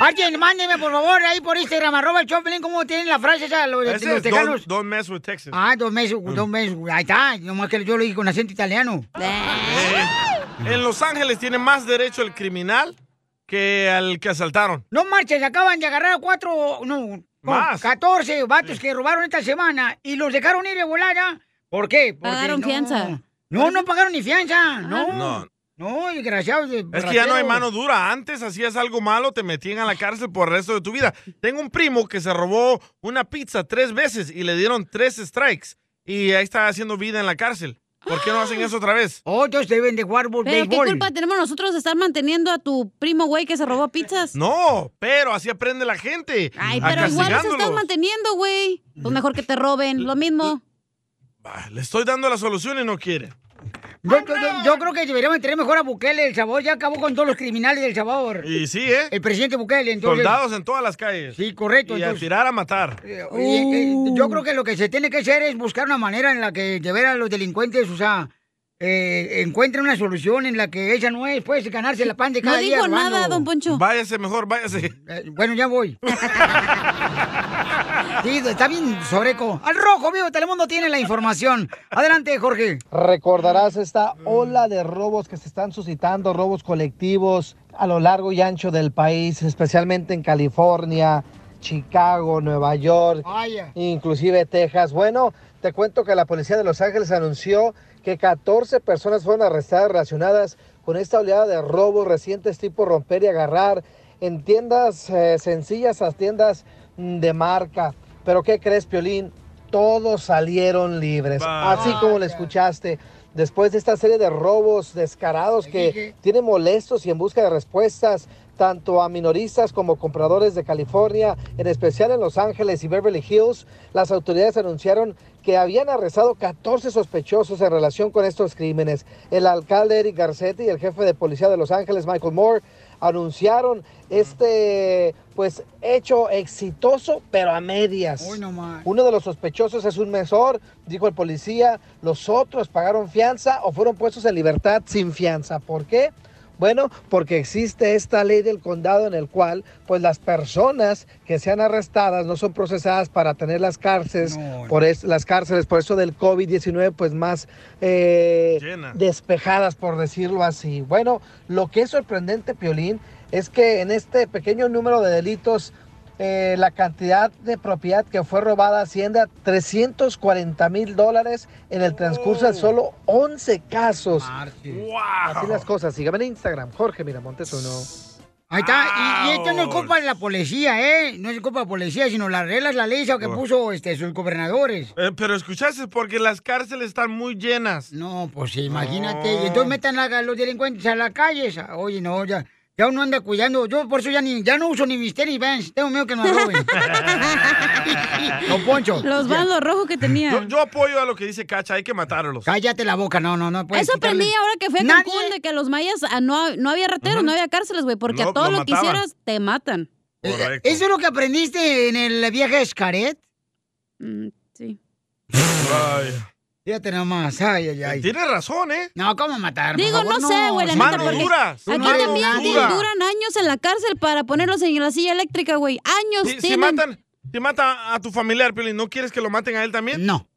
[SPEAKER 2] Alguien, mándeme, por favor, ahí por Instagram, arroba el Choplin, ¿cómo tienen la frase esa, los,
[SPEAKER 3] Ese
[SPEAKER 2] los
[SPEAKER 3] es
[SPEAKER 2] tejanos?
[SPEAKER 3] don't, don't mess with Texas. Mm.
[SPEAKER 2] Ah, dos meses, dos meses, ahí está, nomás que yo lo dije con acento italiano.
[SPEAKER 3] En Los Ángeles tiene más derecho el criminal que al que asaltaron.
[SPEAKER 2] No marches, acaban de agarrar a cuatro, no,
[SPEAKER 3] Más.
[SPEAKER 2] 14 vatos que robaron esta semana y los dejaron ir de volada. ¿Por qué? Porque
[SPEAKER 4] Pagaron
[SPEAKER 2] no-
[SPEAKER 4] fianza. Ah.
[SPEAKER 2] No, no pagaron ni fianza, no.
[SPEAKER 3] No.
[SPEAKER 2] No, desgraciados. de
[SPEAKER 3] Es que ya no hay
[SPEAKER 2] rateros.
[SPEAKER 3] mano dura. Antes hacías algo malo, te metían a la cárcel por el resto de tu vida. Tengo un primo que se robó una pizza tres veces y le dieron tres strikes. Y ahí está haciendo vida en la cárcel. ¿Por qué no hacen eso otra vez?
[SPEAKER 2] Otros deben de jugar
[SPEAKER 4] Pero ¿qué culpa tenemos nosotros de estar manteniendo a tu primo güey que se robó pizzas?
[SPEAKER 3] No, pero así aprende la gente.
[SPEAKER 4] Ay,
[SPEAKER 3] a
[SPEAKER 4] pero igual los estás
[SPEAKER 3] castigándolos.
[SPEAKER 4] manteniendo, güey. Pues mejor que te roben, lo
[SPEAKER 2] Pues,
[SPEAKER 4] mismo.
[SPEAKER 3] Le estoy dando la solución y no quiere.
[SPEAKER 2] Yo, yo- yo- yo creo que deberíamos tener mejor a Bukele, el Salvador ya acabó con todos los criminales del Salvador.
[SPEAKER 3] Y sí, ¿eh?
[SPEAKER 2] El presidente Bukele, entonces.
[SPEAKER 3] Soldados en todas las calles.
[SPEAKER 2] Sí, correcto.
[SPEAKER 3] Y
[SPEAKER 2] entonces-
[SPEAKER 3] a tirar a matar.
[SPEAKER 2] Y, eh,
[SPEAKER 3] Uh.
[SPEAKER 2] yo creo que lo que se tiene que hacer es buscar una manera en la que de ver a los delincuentes, o sea, eh, encuentren una solución en la que ella no es, pues, ganarse la pan de cada día. robando.
[SPEAKER 4] Poncho.
[SPEAKER 3] Váyase mejor, váyase.
[SPEAKER 2] Bueno, ya voy. Sí, está bien, Sobreco. Al rojo, vivo, Telemundo tiene la información. Adelante, Jorge.
[SPEAKER 5] Recordarás esta ola de robos que se están suscitando, robos colectivos a lo largo y ancho del país, especialmente en California, Chicago, Nueva York,
[SPEAKER 2] Vaya.
[SPEAKER 5] inclusive Texas. Bueno, te cuento que la policía de Los Ángeles anunció que 14 personas fueron arrestadas relacionadas con esta oleada de robos recientes tipo romper y agarrar en tiendas eh, sencillas a tiendas mm, de marca. Pero ¿qué crees, Piolín? Todos salieron libres, así como lo escuchaste. Después de esta serie de robos descarados que tiene molestos y en busca de respuestas, tanto a minoristas como compradores de California, en especial en Los Ángeles y Beverly Hills, las autoridades anunciaron que habían arrestado 14 sospechosos en relación con estos crímenes. El alcalde Eric Garcetti y el jefe de policía de Los Ángeles, Michael Moore, anunciaron este pues hecho exitoso pero a medias. Uno de los sospechosos es un mesor, dijo el policía, los otros pagaron fianza o fueron puestos en libertad sin fianza. ¿Por qué? Bueno, porque existe esta ley del condado en el cual pues las personas que sean arrestadas no son procesadas para tener las cárceles, por es- las cárceles por eso del COVID-19 pues más eh,
[SPEAKER 6] Llena.
[SPEAKER 5] despejadas, por decirlo así. Bueno, lo que es sorprendente, Piolín, es que en este pequeño número de delitos, eh, la cantidad de propiedad que fue robada asciende a 340 mil dólares en el transcurso
[SPEAKER 2] Oh.
[SPEAKER 5] de solo 11 casos. Así las cosas. Sígame en Instagram, Jorge Miramontes uno.
[SPEAKER 2] Ahí está, y, y esto no es culpa de la policía, ¿eh? No es culpa de la policía, sino las reglas, la ley esa que puso este, sus gobernadores.
[SPEAKER 3] Eh, pero escuchaste, porque las cárceles están muy llenas. oh.
[SPEAKER 2] No, pues imagínate. Y entonces metan a los delincuentes a las calles. Oye, no, ya, ya Ya uno anda cuidando. Yo por eso ya, ni, ya no uso ni mis tenis Vans. Tengo miedo que nos roben. Don Poncho.
[SPEAKER 4] Los bandos rojos que tenía.
[SPEAKER 3] Yo, yo apoyo a lo que dice Cacha, hay que matarlos.
[SPEAKER 2] Cállate la boca, no, no, no. puedes
[SPEAKER 4] Eso aprendí
[SPEAKER 2] pues, quitarle-
[SPEAKER 4] ahora que fui a
[SPEAKER 2] Nadie-
[SPEAKER 4] Cancún, de que los mayas ah, no, no había rateros, no había cárceles, güey, porque
[SPEAKER 2] No,
[SPEAKER 4] a todo
[SPEAKER 2] los
[SPEAKER 4] lo que
[SPEAKER 2] mataban.
[SPEAKER 4] hicieras te matan.
[SPEAKER 2] Eh,
[SPEAKER 3] Correcto.
[SPEAKER 2] ¿Eso es lo que aprendiste en el viaje a Xcaret?
[SPEAKER 4] Mm, sí.
[SPEAKER 2] eh. Fíjate nomás, ay, ay, ay.
[SPEAKER 3] Tienes razón, ¿eh?
[SPEAKER 2] No, ¿cómo matar?
[SPEAKER 4] Digo,
[SPEAKER 2] Por favor,
[SPEAKER 4] no sé, güey, la
[SPEAKER 2] Mano
[SPEAKER 4] neta, porque
[SPEAKER 2] dura.
[SPEAKER 4] aquí
[SPEAKER 2] No eres
[SPEAKER 4] también
[SPEAKER 2] nadie.
[SPEAKER 4] di- duran años en la cárcel para ponerlos en la silla eléctrica, güey. Años
[SPEAKER 3] Si, si
[SPEAKER 4] tienen.
[SPEAKER 3] matan, si mata a tu familiar, Piolín, ¿no quieres que lo maten a él también?
[SPEAKER 2] No.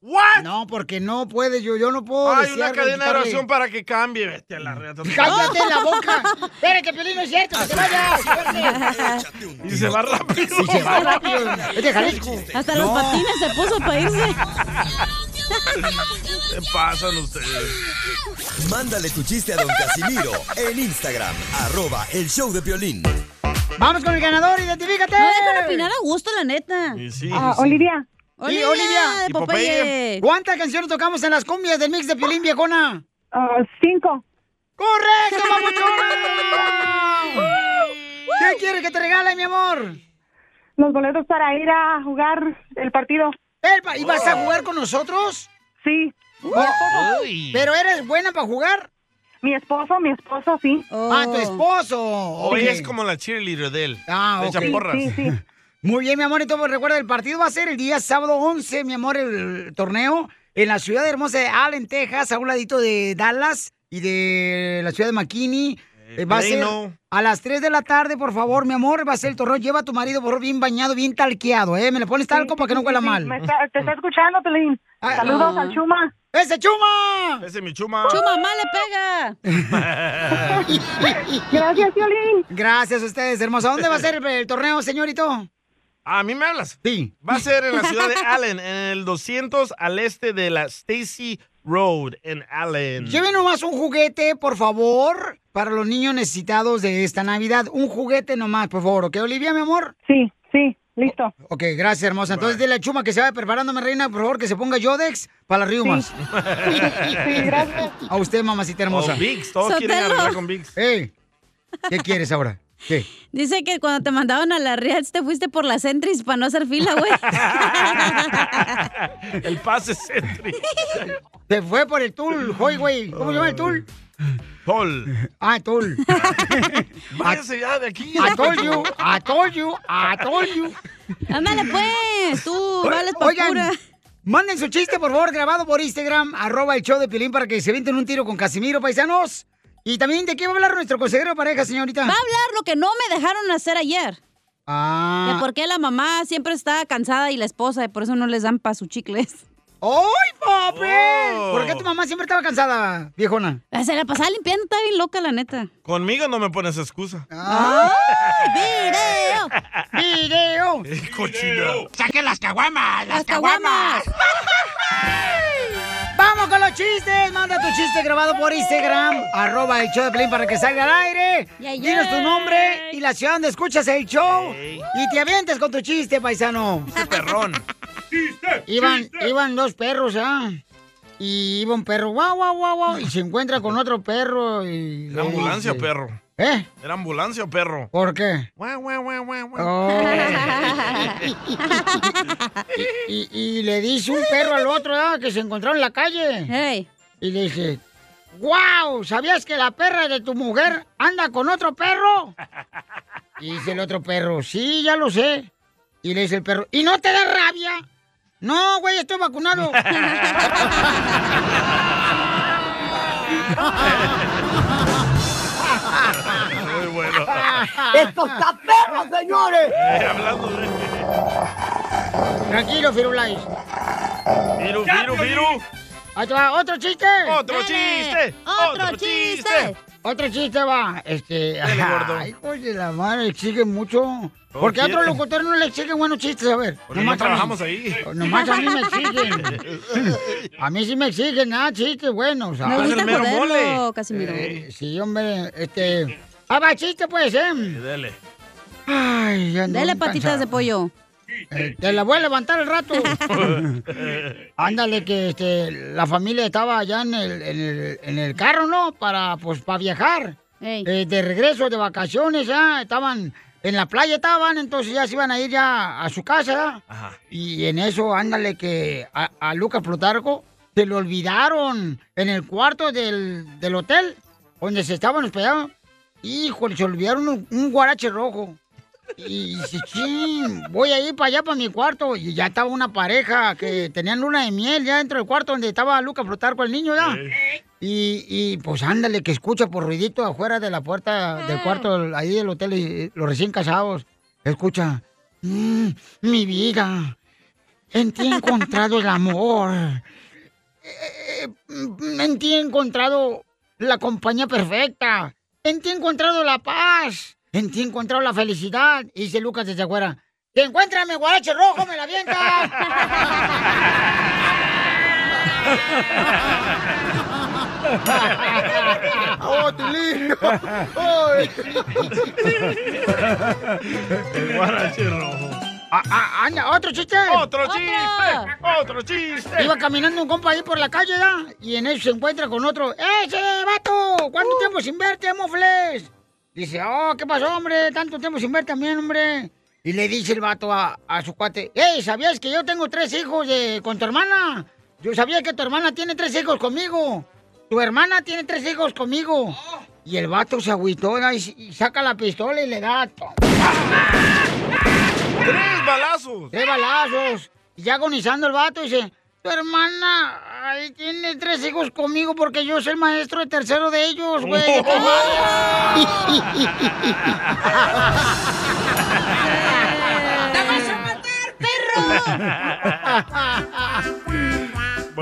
[SPEAKER 3] ¿What?
[SPEAKER 2] No, porque no puede, yo, yo no puedo.
[SPEAKER 3] Hay
[SPEAKER 2] desear
[SPEAKER 3] una cadena de
[SPEAKER 2] quitarle-
[SPEAKER 3] oración para que cambie. Vete a la reta.
[SPEAKER 2] ¡Cállate la boca! ¡Espérate, Piolín, no es cierto! ¡Que te vayas! ¡Suerte!
[SPEAKER 3] Y se va rápido.
[SPEAKER 2] Y se va rápido. Es de Jalisco.
[SPEAKER 4] Hasta los
[SPEAKER 3] No.
[SPEAKER 4] patines se puso para irse.
[SPEAKER 3] ¿Qué pasan ustedes?
[SPEAKER 1] Mándale tu chiste a don Casimiro en Instagram, arroba el show de Piolín.
[SPEAKER 2] ¡Vamos con el ganador! ¡Identifícate!
[SPEAKER 4] No dejan opinar a gusto, la neta.
[SPEAKER 1] sí,
[SPEAKER 2] Ah, sí. Olivia.
[SPEAKER 4] Olivia,
[SPEAKER 2] Y Olivia.
[SPEAKER 4] de Popeye.
[SPEAKER 2] ¿Cuántas canciones tocamos en las cumbias del mix de Piolín Viejona? Ah,
[SPEAKER 16] cinco.
[SPEAKER 2] ¡Correcto, mamuchona! ¿Qué quieres que te regale, mi amor?
[SPEAKER 16] Los boletos para ir a jugar el partido.
[SPEAKER 2] ¿Y vas
[SPEAKER 3] Oh.
[SPEAKER 2] a jugar con nosotros? Oh,
[SPEAKER 16] Sí.
[SPEAKER 2] Uy. ¿Pero eres buena para jugar?
[SPEAKER 16] Mi esposo, mi esposo, sí.
[SPEAKER 2] Ah, tu esposo.
[SPEAKER 3] Hoy
[SPEAKER 2] Ok.
[SPEAKER 3] es como la cheerleader de él.
[SPEAKER 2] Ah,
[SPEAKER 3] Le
[SPEAKER 2] ok.
[SPEAKER 3] echan porras.
[SPEAKER 2] Muy bien, mi amor. Entonces, pues, recuerda, el partido va a ser el día sábado 11, mi amor, el torneo en la ciudad hermosa de Allen, Texas, a un ladito de Dallas y de la ciudad de McKinney. Eh, va a ser
[SPEAKER 3] Plano.
[SPEAKER 2] a las 3 de la tarde, por favor, mi amor. Va a ser el torneo. Lleva a tu marido, por favor, bien bañado, bien talqueado, ¿eh? Me le pones talco para que no huela
[SPEAKER 16] sí,
[SPEAKER 2] mal.
[SPEAKER 16] me está- te está escuchando, Pelín. Saludos
[SPEAKER 2] ah.
[SPEAKER 16] al Chuma.
[SPEAKER 2] ¡Ese Chuma!
[SPEAKER 3] Ese es mi chuma.
[SPEAKER 4] mamá le pega!
[SPEAKER 2] Gracias, Violín. Gracias a ustedes, hermosa. ¿Dónde va a ser el, el torneo, señorito?
[SPEAKER 3] Ah, ¿A mí me hablas?
[SPEAKER 2] Sí.
[SPEAKER 3] Va a ser en la ciudad de Allen, en el 200 al este de la Stacy Road en Allen.
[SPEAKER 2] Lleven nomás un juguete, por favor, para los niños necesitados de esta Navidad. Un juguete nomás, por favor, ¿ok, Olivia, mi amor?
[SPEAKER 16] Sí, sí, listo.
[SPEAKER 2] ok, gracias, hermosa. Entonces, dile a Chuma que se vaya preparando, mi reina, por favor, que se ponga Yodex para las riumas.
[SPEAKER 16] Sí, gracias.
[SPEAKER 2] A usted, mamacita hermosa.
[SPEAKER 3] O Vicks, todos quieren
[SPEAKER 4] Sotelo.
[SPEAKER 3] arreglar con Vicks.
[SPEAKER 2] Ey, ¿qué quieres ahora? ¿Qué?
[SPEAKER 4] Dice que cuando te mandaron a la Real te fuiste por la Centris para no hacer fila, güey.
[SPEAKER 3] El pase Sentry.
[SPEAKER 2] Se fue por el Tul, hoy, güey. ¿Cómo se llama el Tul?
[SPEAKER 3] Tol.
[SPEAKER 2] Ah, Tul.
[SPEAKER 3] Váyase ya de aquí.
[SPEAKER 2] I told you, I told you, I told you.
[SPEAKER 4] Ándale pues, tú, vales
[SPEAKER 2] Oigan,
[SPEAKER 4] pura.
[SPEAKER 2] manden su chiste, por favor, grabado por Instagram, arroba el show de Pilín para que se venten un tiro con Casimiro, paisanos. Y también, ¿de qué va a hablar nuestro consejero de pareja, señorita?
[SPEAKER 4] Va a hablar lo que no me dejaron hacer ayer.
[SPEAKER 2] Ah.
[SPEAKER 4] De por qué la mamá siempre está cansada y la esposa, y por eso no les dan pa' sus chicles.
[SPEAKER 2] ¡Ay, papel! ¿Por qué tu mamá siempre estaba cansada, viejona?
[SPEAKER 4] Ah, Se la pasaba limpiando, está bien loca, la neta.
[SPEAKER 3] Conmigo no me pones excusa.
[SPEAKER 2] Ah,
[SPEAKER 4] ¡Video!
[SPEAKER 2] ¡Video!
[SPEAKER 3] Cochino.
[SPEAKER 2] ¡Saque las caguamas!
[SPEAKER 6] las caguamas!
[SPEAKER 2] ¡Vamos con los chistes! Manda tu chiste grabado por Instagram, arroba el show de Pelín para que salga al aire.
[SPEAKER 4] Yay,
[SPEAKER 2] Dinos tu
[SPEAKER 4] yay.
[SPEAKER 2] nombre y la ciudad donde escuchas el show. Y te avientes con tu chiste, paisano.
[SPEAKER 3] Perrón.
[SPEAKER 2] Iban, iban dos perros, ¿ah? Y iba un perro, guau, guau, guau, guau. Y se encuentra con otro perro y...
[SPEAKER 3] ¿Era
[SPEAKER 2] le
[SPEAKER 3] ambulancia o
[SPEAKER 2] dice,
[SPEAKER 3] perro?
[SPEAKER 2] ¿Eh?
[SPEAKER 3] ¿Era ambulancia o perro?
[SPEAKER 2] ¿Por qué? Oh.
[SPEAKER 3] Guau, guau, guau, guau, guau.
[SPEAKER 2] y, y le dice un perro al otro ¿ah? que se encontró en la calle. Y le dice, wow, ¿sabías que la perra de tu mujer anda con otro perro? Y dice el otro perro, sí, ya lo sé. Y le dice el perro, ¿y no te da rabia? No, güey, estoy vacunado.
[SPEAKER 6] Muy bueno. ¡Esto está perro, señores!
[SPEAKER 3] hablando de...
[SPEAKER 2] Tranquilo, Firulais.
[SPEAKER 3] Viru, viru, viru.
[SPEAKER 2] Ahí te va, ¿Otro chiste?
[SPEAKER 3] Otro chiste. Otro chiste.
[SPEAKER 2] Otro chiste va. Este.
[SPEAKER 6] Dale, gordo.
[SPEAKER 2] Ay, pues de la madre, exigen mucho. Porque a
[SPEAKER 6] quieren.
[SPEAKER 2] otros locutores no le exigen buenos chistes, a ver.
[SPEAKER 6] Porque
[SPEAKER 2] nomás
[SPEAKER 6] no
[SPEAKER 2] a mí.
[SPEAKER 6] trabajamos ahí.
[SPEAKER 2] Nomás a mí me exigen. A mí sí me exigen, ah, chistes buenos.
[SPEAKER 4] Me gusta
[SPEAKER 2] mero
[SPEAKER 4] joderlo, Casimiro.
[SPEAKER 2] Sí, hombre, este. Ah, va, chiste, pues, ¿eh?
[SPEAKER 3] Dele.
[SPEAKER 2] Ay, ya ando
[SPEAKER 4] Dale
[SPEAKER 2] bien
[SPEAKER 4] patitas de
[SPEAKER 2] cansado.
[SPEAKER 4] pollo.
[SPEAKER 2] Eh, te la voy a levantar el rato. Ándale, que este, la familia estaba allá en el, en el- en el carro, ¿no? Para, pues, para viajar. eh, de regreso de vacaciones, ya estaban en la playa, estaban, entonces ya se iban a ir ya a su casa, ¿ya? Y en eso, ándale, que a, a Lucas Plutarco se lo olvidaron en el cuarto del, del hotel donde se estaban hospedados. Híjole, se olvidaron un, un guarache rojo. Y dice, "Chin, voy a ir para allá, para mi cuarto. Y ya estaba una pareja que tenían luna de miel ya dentro del cuarto donde estaba Lucas Plutarco, el niño, ya. Y, y, pues ándale, que escucha por ruidito afuera de la puerta del cuarto, ahí del hotel, y, y los recién casados. Escucha, "Mm, mi vida, en ti he encontrado el amor. Eh, mm, En ti he encontrado la compañía perfecta. En ti he encontrado la paz. En ti he encontrado la felicidad. Y dice Lucas desde afuera, "Te encuéntrame, guarache rojo, me la avienta! ¡Oh, Tilín!
[SPEAKER 3] El guarache rojo.
[SPEAKER 2] Ah, ah, anda, otro chiste.
[SPEAKER 3] Otro chiste, otro chiste.
[SPEAKER 2] Iba caminando un compa ahí por la calle, ¿ya? Y en eso se encuentra con otro. ¡Ese, vato! ¿Cuánto
[SPEAKER 3] Uh.
[SPEAKER 2] tiempo sin verte, mofles? Dice, oh, ¿qué pasó, hombre? Tanto tiempo sin verte también, hombre. Y le dice el vato a, a su cuate, ¡Ey, ¿sabías que yo tengo tres hijos de- con tu hermana? Yo sabía que tu hermana tiene tres hijos conmigo. Tu hermana tiene tres hijos conmigo.
[SPEAKER 3] Oh.
[SPEAKER 2] Y el vato se agüitó ¿no? y, s- y saca la pistola y le da... ¡Tres balazos! ¡Tres balazos! Y ya agonizando el vato dice, tu hermana ay, tiene tres hijos conmigo porque yo soy el maestro de tercero de ellos, güey. de primaria".
[SPEAKER 3] Muy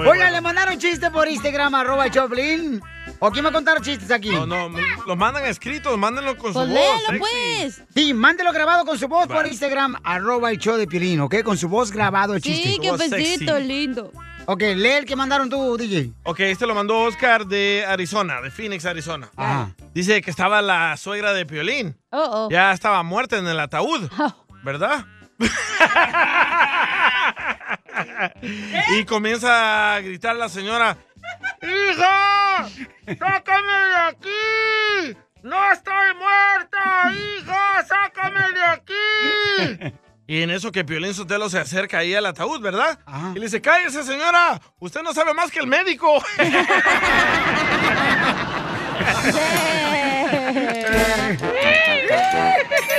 [SPEAKER 2] Oiga,
[SPEAKER 3] bueno.
[SPEAKER 2] le mandaron chiste por Instagram, arroba el Choplin. ¿O quién va a contar chistes aquí?
[SPEAKER 3] No, no, los mandan escritos, mándenlo
[SPEAKER 4] Pues
[SPEAKER 3] con su
[SPEAKER 2] Pues
[SPEAKER 3] voz. ¿eh? sexy.
[SPEAKER 2] Sí, mándelo grabado con su voz por
[SPEAKER 3] Vale.
[SPEAKER 2] Instagram, arroba el show de Piolín, ¿ok? Con su voz grabado el
[SPEAKER 4] Sí,
[SPEAKER 2] chiste.
[SPEAKER 4] qué besito
[SPEAKER 2] lindo. Ok, lee el que mandaron tú, DJ.
[SPEAKER 3] Ok, este lo mandó Oscar de Arizona, de Phoenix, Arizona.
[SPEAKER 2] Ah.
[SPEAKER 3] Dice que estaba la suegra de Piolín.
[SPEAKER 4] Oh, oh.
[SPEAKER 3] Ya estaba muerta en el ataúd, ¿verdad? y comienza a gritar la señora, ¡Hija! ¡Sácame de aquí! ¡No estoy muerta, hija! ¡Sácame de aquí! Y en eso que Piolín Sotelo se acerca ahí al ataúd, ¿verdad? Y le dice, cállese señora, usted no sabe más que el médico.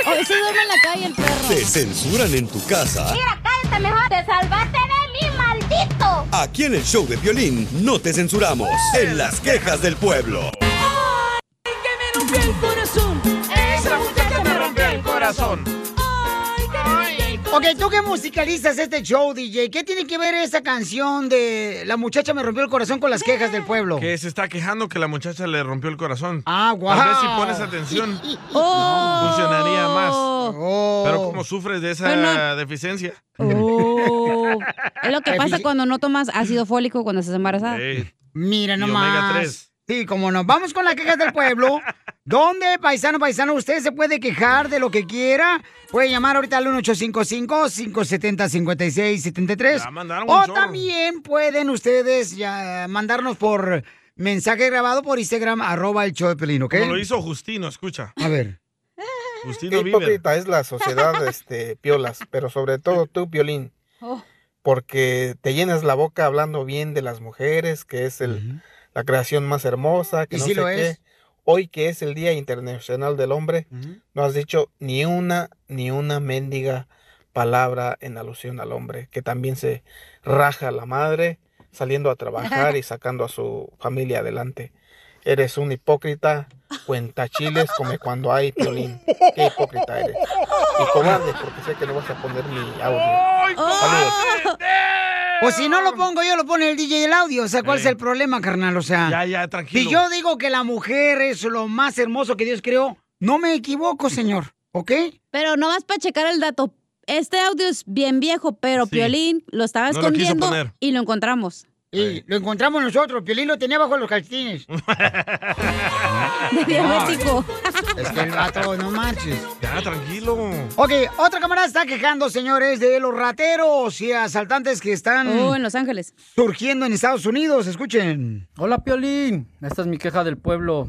[SPEAKER 4] Hoy se duerme en la calle el perro.
[SPEAKER 1] Te censuran en tu casa.
[SPEAKER 4] cállate mejor. Te salvaste de mí, maldito.
[SPEAKER 1] Aquí en el show de violín no te censuramos. En las quejas del pueblo.
[SPEAKER 6] rompió el corazón. Esa muchacha me rompió el corazón.
[SPEAKER 2] Ok, tú que musicalizas este show, DJ, ¿qué tiene que ver esa canción de La muchacha me rompió el corazón con las quejas del pueblo?
[SPEAKER 3] que se está quejando que la muchacha le rompió el corazón.
[SPEAKER 2] Ah, guau.
[SPEAKER 3] Tal vez si pones atención, funcionaría más.
[SPEAKER 17] Oh.
[SPEAKER 3] Pero como sufres de esa
[SPEAKER 4] Pero no-
[SPEAKER 3] deficiencia.
[SPEAKER 4] Oh. Es lo que pasa
[SPEAKER 2] Efici-
[SPEAKER 4] cuando no tomas ácido fólico cuando estás embarazada.
[SPEAKER 2] Eh,
[SPEAKER 3] Eh,
[SPEAKER 2] Mira
[SPEAKER 4] Y
[SPEAKER 2] nomás.
[SPEAKER 4] omega tres.
[SPEAKER 2] Sí, como nos vamos con las quejas del pueblo, donde, paisano, paisano, usted se puede quejar de lo que quiera. Puede llamar ahorita al 1855-570-5673.
[SPEAKER 6] mandaron un
[SPEAKER 2] O
[SPEAKER 6] chorro.
[SPEAKER 2] también pueden ustedes ya mandarnos por mensaje grabado por Instagram, arroba el show de Pelín, ¿ok?
[SPEAKER 3] Como lo hizo Justino, escucha.
[SPEAKER 2] A ver.
[SPEAKER 3] Justino
[SPEAKER 17] Qué
[SPEAKER 3] vive.
[SPEAKER 17] hipócrita es la sociedad, este, piolas, pero sobre todo tú, Piolín,
[SPEAKER 6] Oh.
[SPEAKER 17] porque te llenas la boca hablando bien de las mujeres, que es el, la creación más hermosa, que
[SPEAKER 2] Y
[SPEAKER 17] no
[SPEAKER 2] sí
[SPEAKER 17] sé
[SPEAKER 2] lo
[SPEAKER 17] qué.
[SPEAKER 2] es.
[SPEAKER 17] Hoy que es el Día Internacional del Hombre, no has dicho ni una, ni una mendiga palabra en alusión al hombre, que también se raja la madre saliendo a trabajar y sacando a su familia adelante. Eres un hipócrita, cuenta chiles, come cuando hay, Piolín. Qué hipócrita eres. Y cobarde, porque sé que no vas a poner mi audio. Saludos.
[SPEAKER 2] O Pues si no lo pongo yo, lo pone el DJ el audio. O sea, ¿cuál es el problema, carnal? O sea,
[SPEAKER 3] ya, ya, tranquilo.
[SPEAKER 2] si yo digo que la mujer es lo más hermoso que Dios creó, no me equivoco, señor, ¿ok?
[SPEAKER 4] Pero no vas para checar el dato. Este audio es bien viejo, pero Piolín lo estaba
[SPEAKER 2] No lo quiso
[SPEAKER 4] escondiendo
[SPEAKER 2] poner.
[SPEAKER 4] y lo encontramos.
[SPEAKER 2] Y lo encontramos nosotros. Piolín lo tenía bajo los calcetines.
[SPEAKER 4] De diabético.
[SPEAKER 2] Es que el vato, no manches.
[SPEAKER 3] Ya, tranquilo.
[SPEAKER 2] Ok, otra camarada está quejando, señores, de los rateros y asaltantes que están
[SPEAKER 18] Oh, en
[SPEAKER 4] Los Ángeles.
[SPEAKER 2] surgiendo en Estados Unidos. Escuchen.
[SPEAKER 18] Hola Piolín, esta es mi queja del pueblo.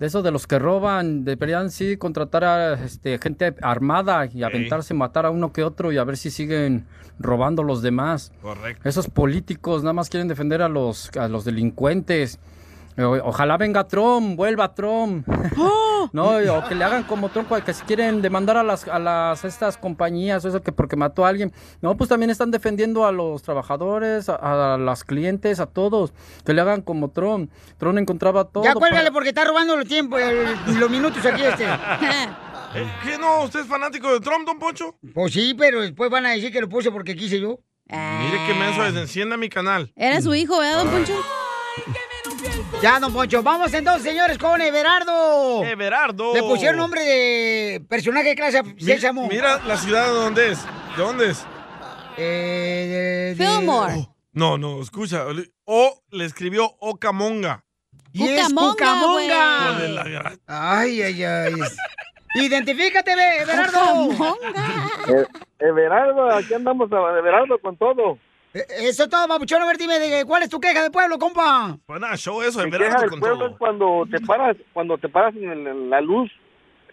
[SPEAKER 19] de esos de los que roban, deberían sí contratar a este, gente armada y aventarse, matar a uno que otro y a ver si siguen robando los demás.
[SPEAKER 3] Correcto.
[SPEAKER 19] Esos políticos nada más quieren defender a los, a los delincuentes. O- Ojalá venga Trump, vuelva Trump. No, y- o que le hagan como Trump, que si quieren demandar a las, a las estas compañías, o eso que porque mató a alguien. No, pues también están defendiendo a los trabajadores, a, a las clientes, a todos. Que le hagan como Trump. Trump encontraba todo.
[SPEAKER 2] Ya cuélgale porque está robando el tiempo, el- los minutos aquí este.
[SPEAKER 3] Eh, ¿Qué no? ¿Usted es fanático de Trump, don Poncho?
[SPEAKER 2] Pues sí, pero después van a decir que lo puse porque quise yo.
[SPEAKER 3] Mire qué menso es, encienda mi canal.
[SPEAKER 2] Era su hijo, ¿verdad, don Poncho? Ya, don Poncho. Vamos entonces, señores, con Everardo.
[SPEAKER 3] Everardo.
[SPEAKER 2] Le pusieron nombre de personaje de clase
[SPEAKER 3] Mira,
[SPEAKER 2] Sésamo.
[SPEAKER 3] mira la ciudad de dónde es. ¿De dónde es?
[SPEAKER 2] Eh,
[SPEAKER 4] Fillmore.
[SPEAKER 3] Oh, no, no, escucha. O le escribió Ocamonga.
[SPEAKER 2] Y es Cucamonga.
[SPEAKER 3] Hijo de la gran-
[SPEAKER 2] Ay, ay, ay. Identifícate, Be- Everardo.
[SPEAKER 12] Eh, Everardo, aquí andamos a- Everardo con todo.
[SPEAKER 2] Eh, Eso es todo, papuchón. A ver, dime, de- ¿cuál es tu queja de pueblo, compa?
[SPEAKER 3] Bueno, Pues show eso,
[SPEAKER 12] Mi
[SPEAKER 3] Everardo
[SPEAKER 12] queja del
[SPEAKER 3] con
[SPEAKER 12] pueblo
[SPEAKER 3] todo.
[SPEAKER 12] es cuando te paras, cuando te paras en, el- en la luz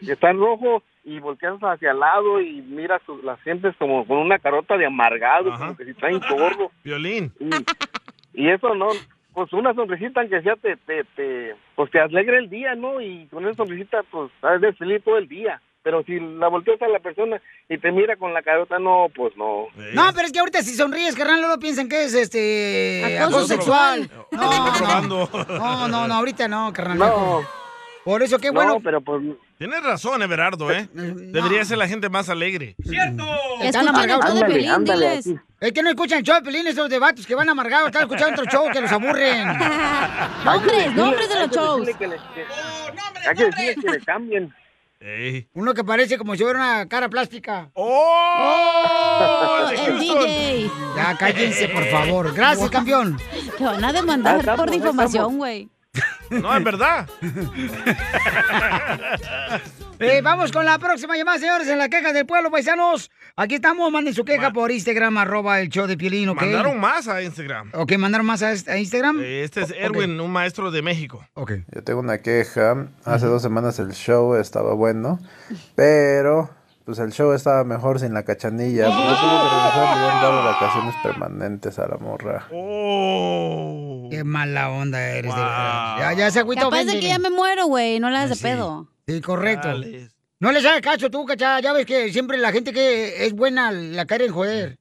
[SPEAKER 12] que está en rojo y volteas hacia al lado y miras sus- las gentes como con una carota de amargado, como que si traen gordo.
[SPEAKER 3] Violín.
[SPEAKER 12] Y, y eso no, pues una sonrisita aunque sea te, te, te, pues te alegra el día, ¿no? Y con esa sonrisita pues has de feliz todo el día. Pero si la volteas a la persona y te mira con la carota, no, pues no.
[SPEAKER 2] No, pero es que ahorita si sonríes, carnal, luego piensan que es este
[SPEAKER 12] Acoso
[SPEAKER 2] acoso,
[SPEAKER 12] sexual.
[SPEAKER 2] sexual. No, no.
[SPEAKER 3] Probando.
[SPEAKER 2] no, no, no, ahorita no, carnal.
[SPEAKER 3] No.
[SPEAKER 2] Por eso qué bueno.
[SPEAKER 12] pero pues...
[SPEAKER 3] Tienes razón, Everardo, ¿eh? Debería ser la gente más alegre. ¡Cierto!
[SPEAKER 2] Están amargados. Es que no escuchan el show de Pelín, esos debates que van amargados, están escuchando otro show que los aburren.
[SPEAKER 12] Nombres, nombres de los Hay que shows. decirle que Hay que decirle que le cambien.
[SPEAKER 2] Uno que parece como si fuera una cara plástica.
[SPEAKER 3] ¡Oh!
[SPEAKER 6] es El Houston. DJ.
[SPEAKER 2] Ya, cállense, por favor. Gracias, campeón.
[SPEAKER 4] Te van a demandar
[SPEAKER 2] Ah, estamos,
[SPEAKER 4] por difamación,
[SPEAKER 2] estamos.
[SPEAKER 4] güey.
[SPEAKER 3] No, es verdad.
[SPEAKER 2] Eh, vamos con la próxima llamada, señores, en la queja del pueblo, paisanos. Aquí estamos, manden su queja por Instagram, arroba el show de Piolín, ¿ok?
[SPEAKER 3] Mandaron más a Instagram.
[SPEAKER 2] Ok, mandaron más a, a Instagram.
[SPEAKER 3] Este es
[SPEAKER 2] Ok.
[SPEAKER 3] Erwin, un maestro de México.
[SPEAKER 20] Yo tengo una queja. Hace dos semanas el show estaba bueno, pero pues el show estaba mejor sin la cachanilla. Porque tuvo que regresar, le habían dado vacaciones permanentes a la morra.
[SPEAKER 3] Oh.
[SPEAKER 2] Qué mala onda eres, de verdad. Ya, ya se agüita
[SPEAKER 4] Capaz de
[SPEAKER 2] ofende.
[SPEAKER 4] que ya me muero, güey. No la hagas de pedo.
[SPEAKER 2] Ah, Sí, correcto. No les hagas caso tú, cachá. Ya ves que siempre la gente que es buena la cae en joder.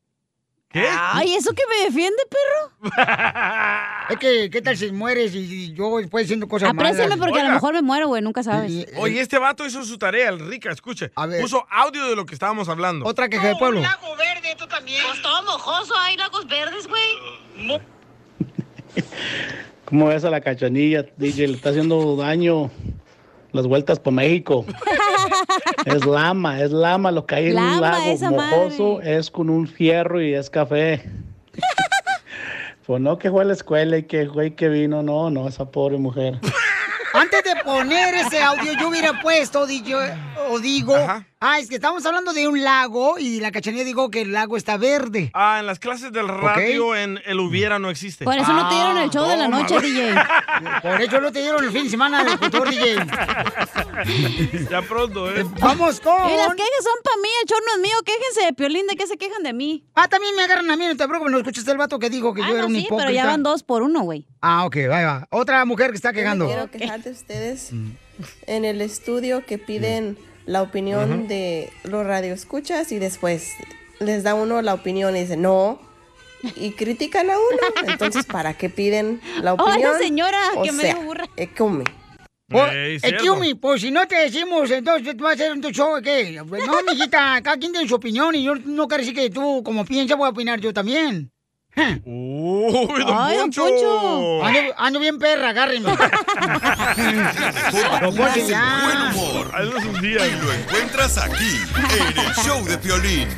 [SPEAKER 3] ¿Qué?
[SPEAKER 2] Ay, ¿eso que me defiende, perro? es que, ¿qué tal si mueres y, y yo después haciendo cosas malas?
[SPEAKER 4] Apréciame porque a lo
[SPEAKER 3] Oiga.
[SPEAKER 4] mejor me muero, güey. Nunca sabes.
[SPEAKER 2] Eh.
[SPEAKER 3] Oye, este vato hizo su tarea, el rica, escuche. Puso audio de lo que estábamos hablando.
[SPEAKER 2] Otra queja de pueblo.
[SPEAKER 21] lago verde, tú también. Pues todo mojoso, hay lagos verdes, güey.
[SPEAKER 22] ¿Cómo ves a la cachanilla, DJ? Le está haciendo daño las vueltas por México. Es lama, es lama lo que hay en un
[SPEAKER 6] Lama,
[SPEAKER 22] lago
[SPEAKER 6] esa
[SPEAKER 22] mojoso, es con un fierro y es café. Pues no que fue a la escuela y que güey que vino, no, no, esa pobre mujer.
[SPEAKER 2] Antes de poner ese audio, yo hubiera puesto, di- yo- o digo, ah, es que estamos hablando de un lago y la cachanilla dijo que el lago está verde.
[SPEAKER 3] Ah, en las clases del radio en el hubiera no existe.
[SPEAKER 2] Por eso no te dieron el show de la
[SPEAKER 3] toma,
[SPEAKER 2] noche,
[SPEAKER 3] güey.
[SPEAKER 2] DJ. Por eso no te dieron el fin de semana del futuro, DJ.
[SPEAKER 3] ya pronto, ¿eh?
[SPEAKER 2] Vamos con...
[SPEAKER 4] Y las quejas son para mí, el show no es mío. Quéjense de Piolín, ¿de qué se quejan de mí?
[SPEAKER 2] Ah, también me agarran a mí, no te preocupes, no escuchaste el vato que dijo que yo era
[SPEAKER 4] Ah, no,
[SPEAKER 2] un
[SPEAKER 4] sí,
[SPEAKER 2] hipócrita.
[SPEAKER 4] pero ya van dos por uno, güey.
[SPEAKER 2] Ah, ok, va, va. Otra mujer que está quejando. Mm.
[SPEAKER 13] Yo me Quiero quejar de ustedes
[SPEAKER 3] Mm.
[SPEAKER 13] en el estudio que piden la opinión
[SPEAKER 2] Ujú.
[SPEAKER 13] de los radioescuchas y después les da uno la opinión y dice no y critican a uno. Entonces, ¿para qué piden la
[SPEAKER 4] Oh, esa
[SPEAKER 13] opinión?
[SPEAKER 4] señora
[SPEAKER 13] O
[SPEAKER 4] que me
[SPEAKER 13] sea,
[SPEAKER 4] dijo burra.
[SPEAKER 13] eh, come.
[SPEAKER 2] Por-
[SPEAKER 13] Ey, cierto.
[SPEAKER 2] Excuse me, pues si no te decimos, entonces tú vas a hacer un tu show, ¿qué? Pues, No, mijita, cada quien tiene su opinión y yo no quiero decir que tú, como piensas, voy a opinar yo también.
[SPEAKER 3] ¡Uy,
[SPEAKER 6] don Ay, don Poncho. Poncho.
[SPEAKER 2] Ando, ando bien perra, agárrenme.
[SPEAKER 1] Mejor
[SPEAKER 2] Don Poncho,
[SPEAKER 1] pones en
[SPEAKER 2] ya.
[SPEAKER 1] buen humor. Y lo encuentras aquí, en el show de Piolín.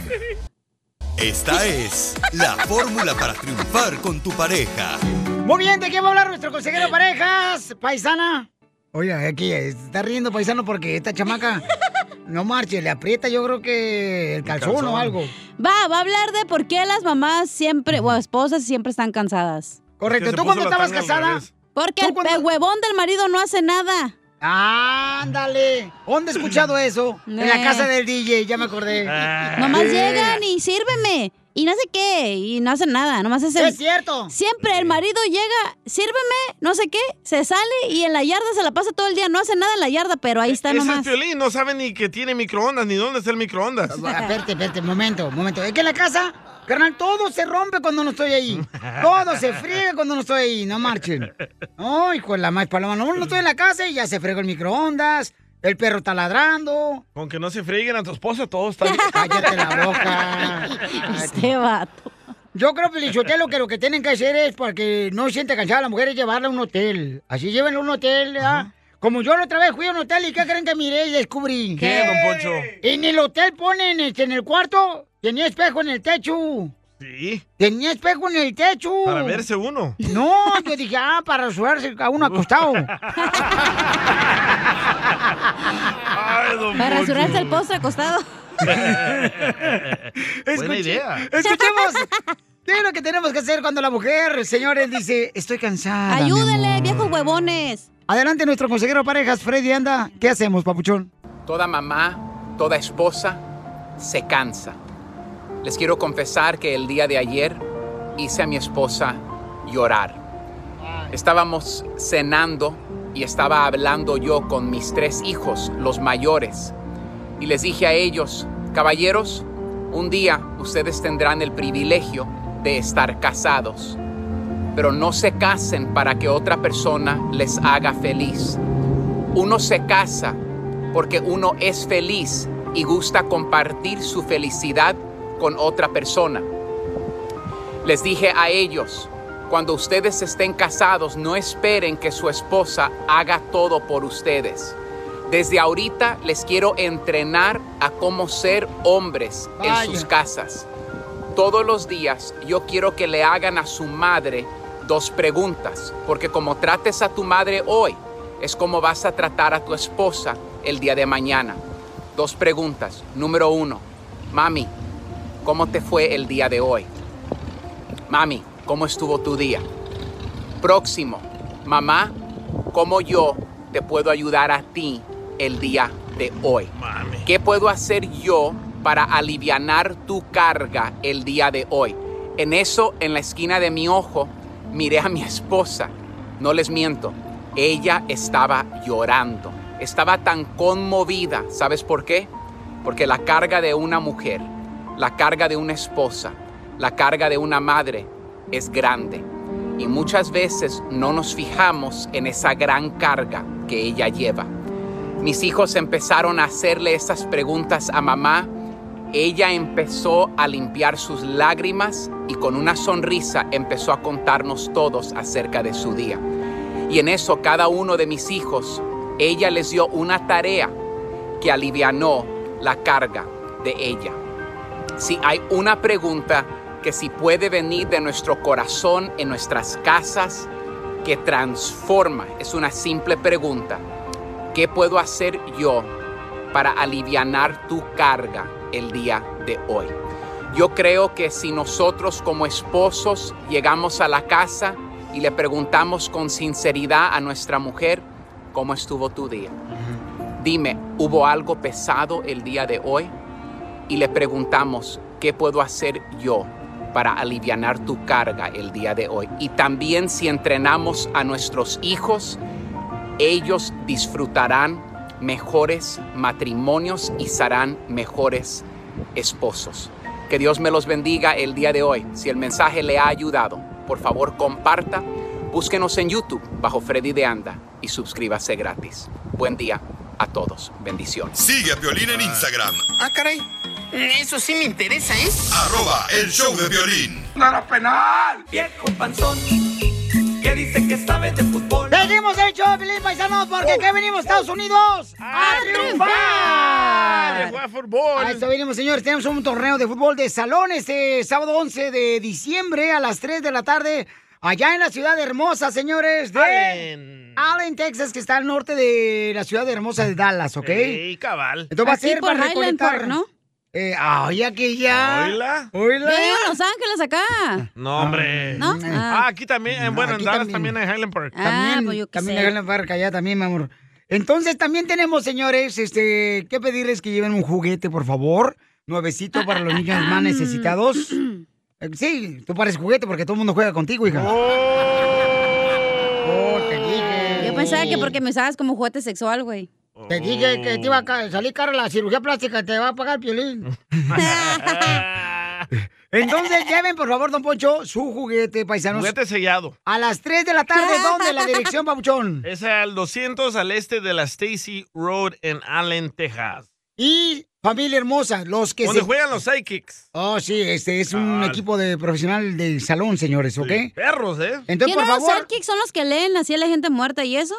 [SPEAKER 1] Esta es la fórmula para triunfar con tu pareja.
[SPEAKER 2] Muy bien, ¿de qué va a hablar nuestro consejero de parejas, paisana? Oiga, aquí está riendo paisano porque esta chamaca no marche, le aprieta yo creo que el calzón,
[SPEAKER 4] calzón.
[SPEAKER 2] o algo.
[SPEAKER 4] Va, va a hablar de por qué las mamás siempre, o esposas siempre están cansadas.
[SPEAKER 2] Correcto, ¿tú cuando estabas casada?
[SPEAKER 4] Porque el pe- huevón del marido no hace nada.
[SPEAKER 2] Ándale. ¿Dónde he escuchado eso? En la
[SPEAKER 4] Eh.
[SPEAKER 2] casa del Eh. DJ, ya me acordé.
[SPEAKER 4] Nomás llegan y sírveme. Y no sé qué, y no hacen nada, nomás hacen...
[SPEAKER 2] ¡Es cierto!
[SPEAKER 4] Siempre el marido llega, sírveme, no sé qué, se sale y en la yarda se la pasa todo el día, no hace nada en la yarda, pero ahí está
[SPEAKER 3] E-, Ese es
[SPEAKER 4] nomás.
[SPEAKER 3] violín, no sabe ni que tiene microondas, ni dónde está el microondas.
[SPEAKER 2] Espérate, espérate, momento, momento. Es que en la casa, carnal, todo se rompe cuando no estoy ahí. Todo se friega cuando no estoy ahí. No marchen. No, hijo de la más paloma. No, no estoy en la casa y ya se fregó el microondas. El perro está ladrando.
[SPEAKER 3] Con que no se frieguen a tu esposa, todo está bien.
[SPEAKER 2] Cállate la boca.
[SPEAKER 4] Este vato.
[SPEAKER 2] Yo creo, Pelichotelo, que lo que tienen que hacer es para que no se sienta cansada la mujer es llevarla a un hotel. Así llévenla a un hotel, ¿verdad? Como yo la otra vez fui a un hotel y ¿qué creen que miré y descubrí?
[SPEAKER 3] ¿Qué, don Poncho?
[SPEAKER 2] En el hotel ponen, este, en el cuarto, tenía espejo en el techo.
[SPEAKER 3] Sí.
[SPEAKER 2] Tenía espejo en el techo.
[SPEAKER 3] Para verse uno.
[SPEAKER 2] No, yo dije, ah, para sudarse a uno acostado.
[SPEAKER 3] Ah,
[SPEAKER 4] Para rasurarse el postre acostado.
[SPEAKER 2] Escuche-
[SPEAKER 6] idea.
[SPEAKER 2] Escuchemos. ¿Qué es lo que tenemos que hacer cuando la mujer, señores, dice, estoy cansada? mi
[SPEAKER 4] Ayúdenle,
[SPEAKER 2] amor"?
[SPEAKER 4] viejos huevones.
[SPEAKER 2] Adelante, nuestro consejero de parejas, Freddy, anda. ¿Qué hacemos, papuchón?
[SPEAKER 7] Toda mamá, toda esposa se cansa. Les quiero confesar que el día de ayer hice a mi esposa llorar. Estábamos cenando y estaba hablando yo con mis tres hijos, los mayores, y les dije a ellos, caballeros, un día ustedes tendrán el privilegio de estar casados, pero no se casen para que otra persona les haga feliz. Uno se casa porque uno es feliz y gusta compartir su felicidad con otra persona. Les dije a ellos, cuando ustedes estén casados, no esperen que su esposa haga todo por ustedes. Desde ahorita les quiero entrenar a cómo ser hombres en sus
[SPEAKER 6] Vaya.
[SPEAKER 7] casas. Todos los días yo quiero que le hagan a su madre dos preguntas, porque como trates a tu madre hoy, es como vas a tratar a tu esposa el día de mañana. Dos preguntas. Número uno, mami, ¿cómo te fue el día de hoy? Mami, ¿cómo estuvo tu día? Próximo, mamá, ¿cómo yo te puedo ayudar a ti el día de hoy? ¿Qué puedo hacer yo para alivianar tu carga el día de hoy? En eso, en la esquina de mi ojo, miré a mi esposa. No les miento, ella estaba llorando. Estaba tan conmovida. ¿Sabes por qué? Porque la carga de una mujer, la carga de una esposa, la carga de una madre es grande. Y muchas veces no nos fijamos en esa gran carga que ella lleva. Mis hijos empezaron a hacerle esas preguntas a mamá. Ella empezó a limpiar sus lágrimas y con una sonrisa empezó a contarnos todos acerca de su día. Y en eso cada uno de mis hijos, ella les dio una tarea que alivianó la carga de ella. Si hay una pregunta que si puede venir de nuestro corazón en nuestras casas, que transforma, es una simple pregunta. ¿Qué puedo hacer yo para alivianar tu carga el día de hoy? Yo creo que si nosotros como esposos llegamos a la casa y le preguntamos con sinceridad a nuestra mujer, ¿cómo estuvo tu día? Dime, ¿hubo algo pesado el día de hoy? Y le preguntamos, ¿qué puedo hacer yo para alivianar tu carga el día de hoy? Y también si entrenamos a nuestros hijos, ellos disfrutarán mejores matrimonios y serán mejores esposos. Que Dios me los bendiga el día de hoy. Si el mensaje le ha ayudado, por favor comparta, búsquenos en YouTube bajo Freddy de Anda y suscríbase gratis. Buen día a todos. Bendiciones.
[SPEAKER 1] Sigue a Piolín en Instagram,
[SPEAKER 8] Ah, caray. Eso sí me interesa, ¿eh?
[SPEAKER 1] arroba el show de violín.
[SPEAKER 8] ¡No era penal! Viejo panzón, que dice que sabe de fútbol.
[SPEAKER 2] Seguimos el show, Feliz Paisanos, porque acá venimos, Estados Unidos, a, triunfar.
[SPEAKER 6] triunfar!
[SPEAKER 2] Ah, jugar fútbol. A esto venimos, señores. Tenemos un torneo de fútbol de salón este sábado 11 de diciembre a las 3 de la tarde, allá en la ciudad hermosa, señores, de Allen, Texas, que está al norte de la ciudad hermosa de Dallas, ¿ok?
[SPEAKER 3] Ey, cabal.
[SPEAKER 2] Entonces va a ser para
[SPEAKER 4] Highland
[SPEAKER 2] recolectar.
[SPEAKER 4] Park, ¿no?
[SPEAKER 2] Eh, ay, aquí ya.
[SPEAKER 3] Oíla.
[SPEAKER 4] Yo
[SPEAKER 2] Oíla.
[SPEAKER 4] digo en Los Ángeles acá.
[SPEAKER 3] No, hombre. Mm.
[SPEAKER 4] ¿No?
[SPEAKER 2] Ah.
[SPEAKER 3] Ah, aquí también. eh, bueno, en Dallas también en Highland Park.
[SPEAKER 2] También, también de Highland Park allá también, mi amor. Entonces también tenemos, señores, este, que pedirles que lleven un juguete, por favor. Nuevecito para los niños más necesitados. Eh, Sí, tú pares juguete porque todo el mundo juega contigo, hija. Oh, te dije.
[SPEAKER 4] Yo pensaba que porque me usabas como juguete sexual, güey.
[SPEAKER 2] Te dije que te iba a ca- salir cara la cirugía plástica, te va a pagar el piolín.
[SPEAKER 3] Oh.
[SPEAKER 2] Entonces lleven, por favor, don Poncho, su juguete, paisanos.
[SPEAKER 3] Juguete sellado.
[SPEAKER 2] A las 3 de la tarde, ¿dónde? La dirección, Pabuchón.
[SPEAKER 3] Es al 200 al este de la Stacy Road en Allen, Texas.
[SPEAKER 2] Y familia hermosa, los que
[SPEAKER 3] Donde
[SPEAKER 2] se-
[SPEAKER 3] juegan los Psychics.
[SPEAKER 2] Oh, sí, este es un equipo de profesional de salón, señores, ¿ok?
[SPEAKER 3] Perros, ¿eh?
[SPEAKER 2] Entonces,
[SPEAKER 4] ¿Quién
[SPEAKER 2] por
[SPEAKER 4] eran los
[SPEAKER 2] favor,
[SPEAKER 4] sidekicks? ¿Son los que leen así a la gente muerta y eso?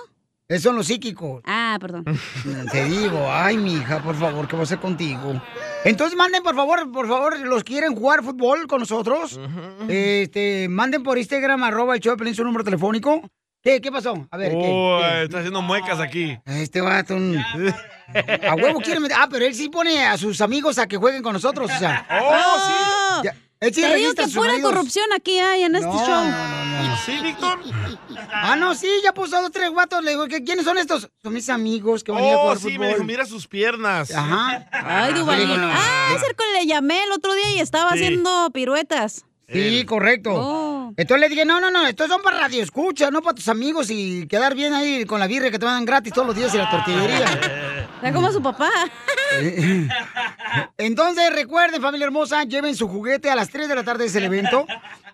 [SPEAKER 2] esos son los psíquicos.
[SPEAKER 4] Ah, perdón.
[SPEAKER 2] Te digo, ay, mija, por favor, ¿qué va a hacer contigo? Entonces manden, por favor, por favor, los que quieren jugar fútbol con nosotros. Este, manden por Instagram, arroba el show de Pelín, su número telefónico. ¿Qué, qué pasó? A ver, ¿qué?
[SPEAKER 3] Oh,
[SPEAKER 2] ¿qué?
[SPEAKER 3] está haciendo muecas aquí.
[SPEAKER 2] Este vato. un- A huevo quiere meter- Ah, pero él sí pone a sus amigos a que jueguen con nosotros, o sea.
[SPEAKER 4] ¡Oh, sí!
[SPEAKER 2] Ya, él sí
[SPEAKER 4] Te digo
[SPEAKER 2] registra
[SPEAKER 4] que
[SPEAKER 2] a sus
[SPEAKER 4] pura
[SPEAKER 2] amigos.
[SPEAKER 4] corrupción aquí hay en este show.
[SPEAKER 3] ¿Sí, Víctor?
[SPEAKER 2] Ah, no, sí, ya puso dos, tres guatos. Le digo, ¿qué- ¿quiénes son estos? Son mis amigos que van Ah, a ir a
[SPEAKER 3] Oh,
[SPEAKER 2] jugar
[SPEAKER 3] sí,
[SPEAKER 2] fútbol.
[SPEAKER 3] me dijo, mira sus piernas.
[SPEAKER 2] Ajá.
[SPEAKER 4] Ay, Duvalín.
[SPEAKER 3] Digo, no.
[SPEAKER 4] Ah, cerco le llamé el otro día y estaba
[SPEAKER 3] Sí.
[SPEAKER 4] haciendo piruetas.
[SPEAKER 2] Sí, correcto.
[SPEAKER 4] Oh.
[SPEAKER 2] Entonces le dije, no, no, no, estos son para radio escucha, no para tus amigos y quedar bien ahí con la birra que te dan gratis todos los días y la tortillería.
[SPEAKER 4] Está como su papá.
[SPEAKER 2] Entonces recuerden, familia hermosa, lleven su juguete a las 3 de la tarde es el evento.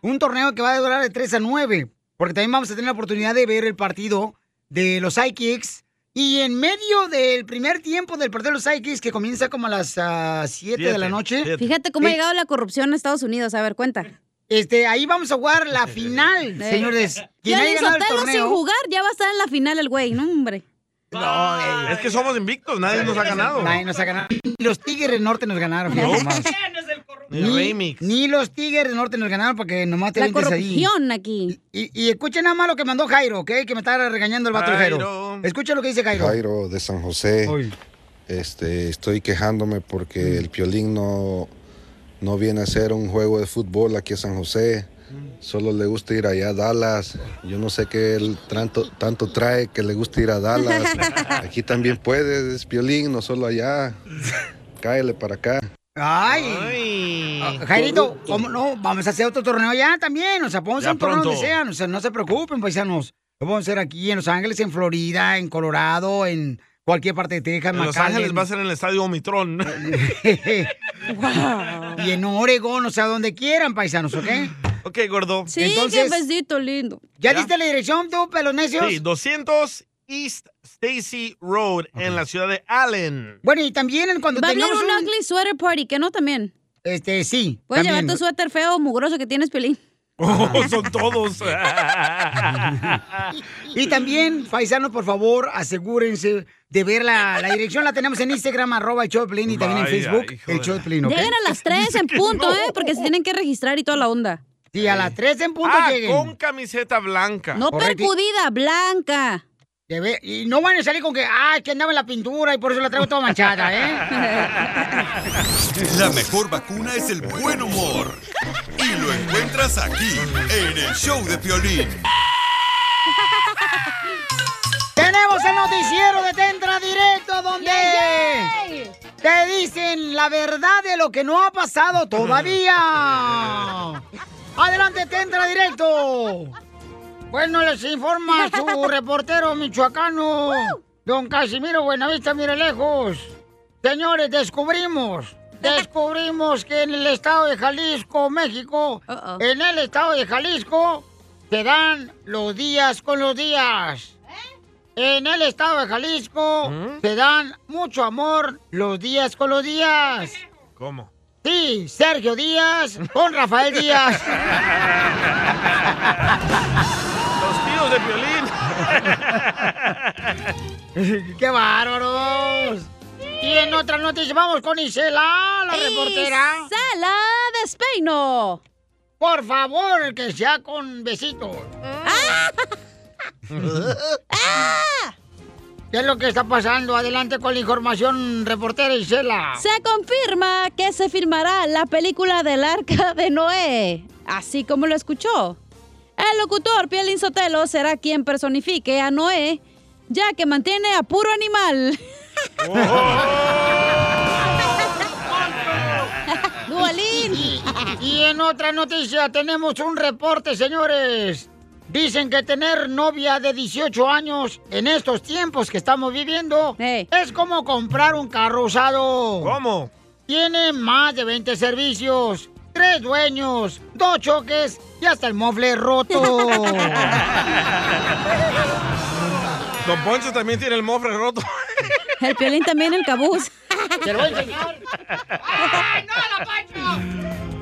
[SPEAKER 2] Un torneo que va a durar de 3 a 9, porque también vamos a tener la oportunidad de ver el partido de los Sidekicks. Y en medio del primer tiempo del partido de los Sidekicks, que comienza como a las 7 de la noche.
[SPEAKER 4] Fíjate cómo ha
[SPEAKER 2] eh,
[SPEAKER 4] llegado la corrupción a Estados Unidos. A ver, cuenta.
[SPEAKER 2] Este, ahí vamos a jugar la final, señores.
[SPEAKER 4] Quien
[SPEAKER 2] Quien haya ganado el
[SPEAKER 4] sin
[SPEAKER 2] torneo-
[SPEAKER 4] jugar ya va a estar en la final el güey, no hombre.
[SPEAKER 3] No, es que somos invictos, Pues nadie nos ha ganado.
[SPEAKER 2] Nadie nos ha ganado. Y los Tigres del Norte nos ganaron.
[SPEAKER 3] No.
[SPEAKER 2] fíjate nomás.
[SPEAKER 3] Ni
[SPEAKER 2] Ni,
[SPEAKER 3] remix.
[SPEAKER 2] ni los Tigres del Norte nos ganaron porque nomás te
[SPEAKER 4] La
[SPEAKER 2] vendes ahí.
[SPEAKER 4] corrupción aquí.
[SPEAKER 2] Y, y escuchen nada más lo que mandó Jairo, ¿ok? Que me estaba regañando el vato de Jairo.
[SPEAKER 9] Jairo.
[SPEAKER 2] Escuchen lo que dice Jairo.
[SPEAKER 9] Jairo de San José. Este, estoy quejándome porque el Piolín no, no viene a hacer un juego de fútbol aquí a San José. Solo le gusta ir allá a Dallas. Yo no sé qué él tanto, tanto trae que le gusta ir a Dallas. Aquí también puedes, Piolín, no solo allá. Cáele para acá.
[SPEAKER 2] Ay. Ah, Jairito, ¿cómo no? Vamos a hacer otro torneo ya también. O sea, podemos hacer
[SPEAKER 9] Ya
[SPEAKER 2] un torneo
[SPEAKER 9] pronto.
[SPEAKER 2] donde sean. O sea, no se preocupen, paisanos. Lo podemos hacer aquí en Los Ángeles, en Florida, en Colorado, en cualquier parte de Texas.
[SPEAKER 3] En Los
[SPEAKER 2] McAllen.
[SPEAKER 3] Ángeles va a ser en el estadio Omitrón.
[SPEAKER 2] Y en Oregón, o sea, donde quieran, paisanos, ¿ok?
[SPEAKER 3] ok, gordo.
[SPEAKER 4] Sí, pues, qué besito lindo.
[SPEAKER 2] ¿Ya, diste la dirección tú, pelonesios?
[SPEAKER 3] Sí, 200 East Stacy Road en la ciudad de Allen. Ah,
[SPEAKER 2] Bueno, y también cuando
[SPEAKER 4] Va a venir
[SPEAKER 3] tengamos
[SPEAKER 4] un,
[SPEAKER 3] un-
[SPEAKER 4] ugly sweater party, que no también.
[SPEAKER 2] Este, sí.
[SPEAKER 4] Puedes
[SPEAKER 3] también.
[SPEAKER 4] llevar tu suéter feo, mugroso que tienes, Pelín.
[SPEAKER 3] Oh, son todos.
[SPEAKER 2] Y también, paisanos, por favor, asegúrense de ver la, la dirección. La tenemos en Instagram, arroba el Choplin, y también en
[SPEAKER 6] Vaya,
[SPEAKER 2] Facebook,
[SPEAKER 6] hijo
[SPEAKER 2] el
[SPEAKER 6] de-
[SPEAKER 2] Choplin, ¿ok?
[SPEAKER 4] Lleguen a las 3 en punto, ¿eh? Porque se tienen que registrar y toda la onda.
[SPEAKER 2] Sí, a las 3 en punto
[SPEAKER 3] Ah,
[SPEAKER 2] lleguen.
[SPEAKER 3] con camiseta blanca.
[SPEAKER 4] No
[SPEAKER 2] Correcto.
[SPEAKER 4] percudida, blanca.
[SPEAKER 2] De ve- Y no van a salir con que, ah, que andaba en la pintura y por eso la traigo toda manchada, ¿eh?
[SPEAKER 1] La mejor vacuna es el buen humor. Y lo encuentras aquí, en el show de Piolín.
[SPEAKER 2] Tenemos el noticiero de Tentra Directo donde te dicen la verdad de lo que no ha pasado todavía. Adelante, Tentra Directo. Bueno, les informa su reportero michoacano, don Casimiro Buenavista Mirelejos. Señores, descubrimos, descubrimos que en el estado de Jalisco, México, en el estado de Jalisco, se dan los días con los días. En el estado de Jalisco se dan mucho amor los días con los días.
[SPEAKER 3] ¿Cómo?
[SPEAKER 2] Sí, Sergio Díaz con Rafael Díaz.
[SPEAKER 3] Los tíos de violín.
[SPEAKER 2] ¡Qué bárbaros! Y en otras noticias vamos con Isela, la reportera.
[SPEAKER 4] ¡Isela Despeino!
[SPEAKER 2] Por favor, que sea con besitos.
[SPEAKER 4] Ah.
[SPEAKER 2] ¿Qué es lo que está pasando? Adelante con la información, reportera Isela.
[SPEAKER 4] Se confirma que se filmará Ah, la película del Arca de Noé, así como lo escuchó. El locutor Pielín Sotelo será quien personifique a Noé ya que mantiene a puro animal.
[SPEAKER 2] Y, y en otra noticia, tenemos un reporte, señores. Dicen que tener novia de 18 años en estos tiempos que estamos viviendo es como comprar un carro usado. ¿Cómo? Tiene más de 20 servicios, tres dueños, dos choques y hasta el mofle roto.
[SPEAKER 3] Don Poncho también tiene el mofre roto.
[SPEAKER 4] El piolín también, el cabuz.
[SPEAKER 2] Te lo voy a enseñar.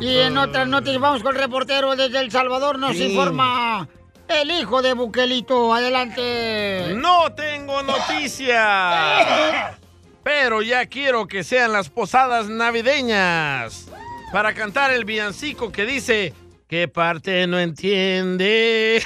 [SPEAKER 2] Y en otras noticias vamos con el reportero desde El Salvador, nos
[SPEAKER 3] Sí.
[SPEAKER 2] informa el hijo de Buquelito. Adelante.
[SPEAKER 3] No tengo noticia. Pero ya quiero que sean las posadas navideñas. Para cantar el villancico que dice, ¿qué parte no entiende?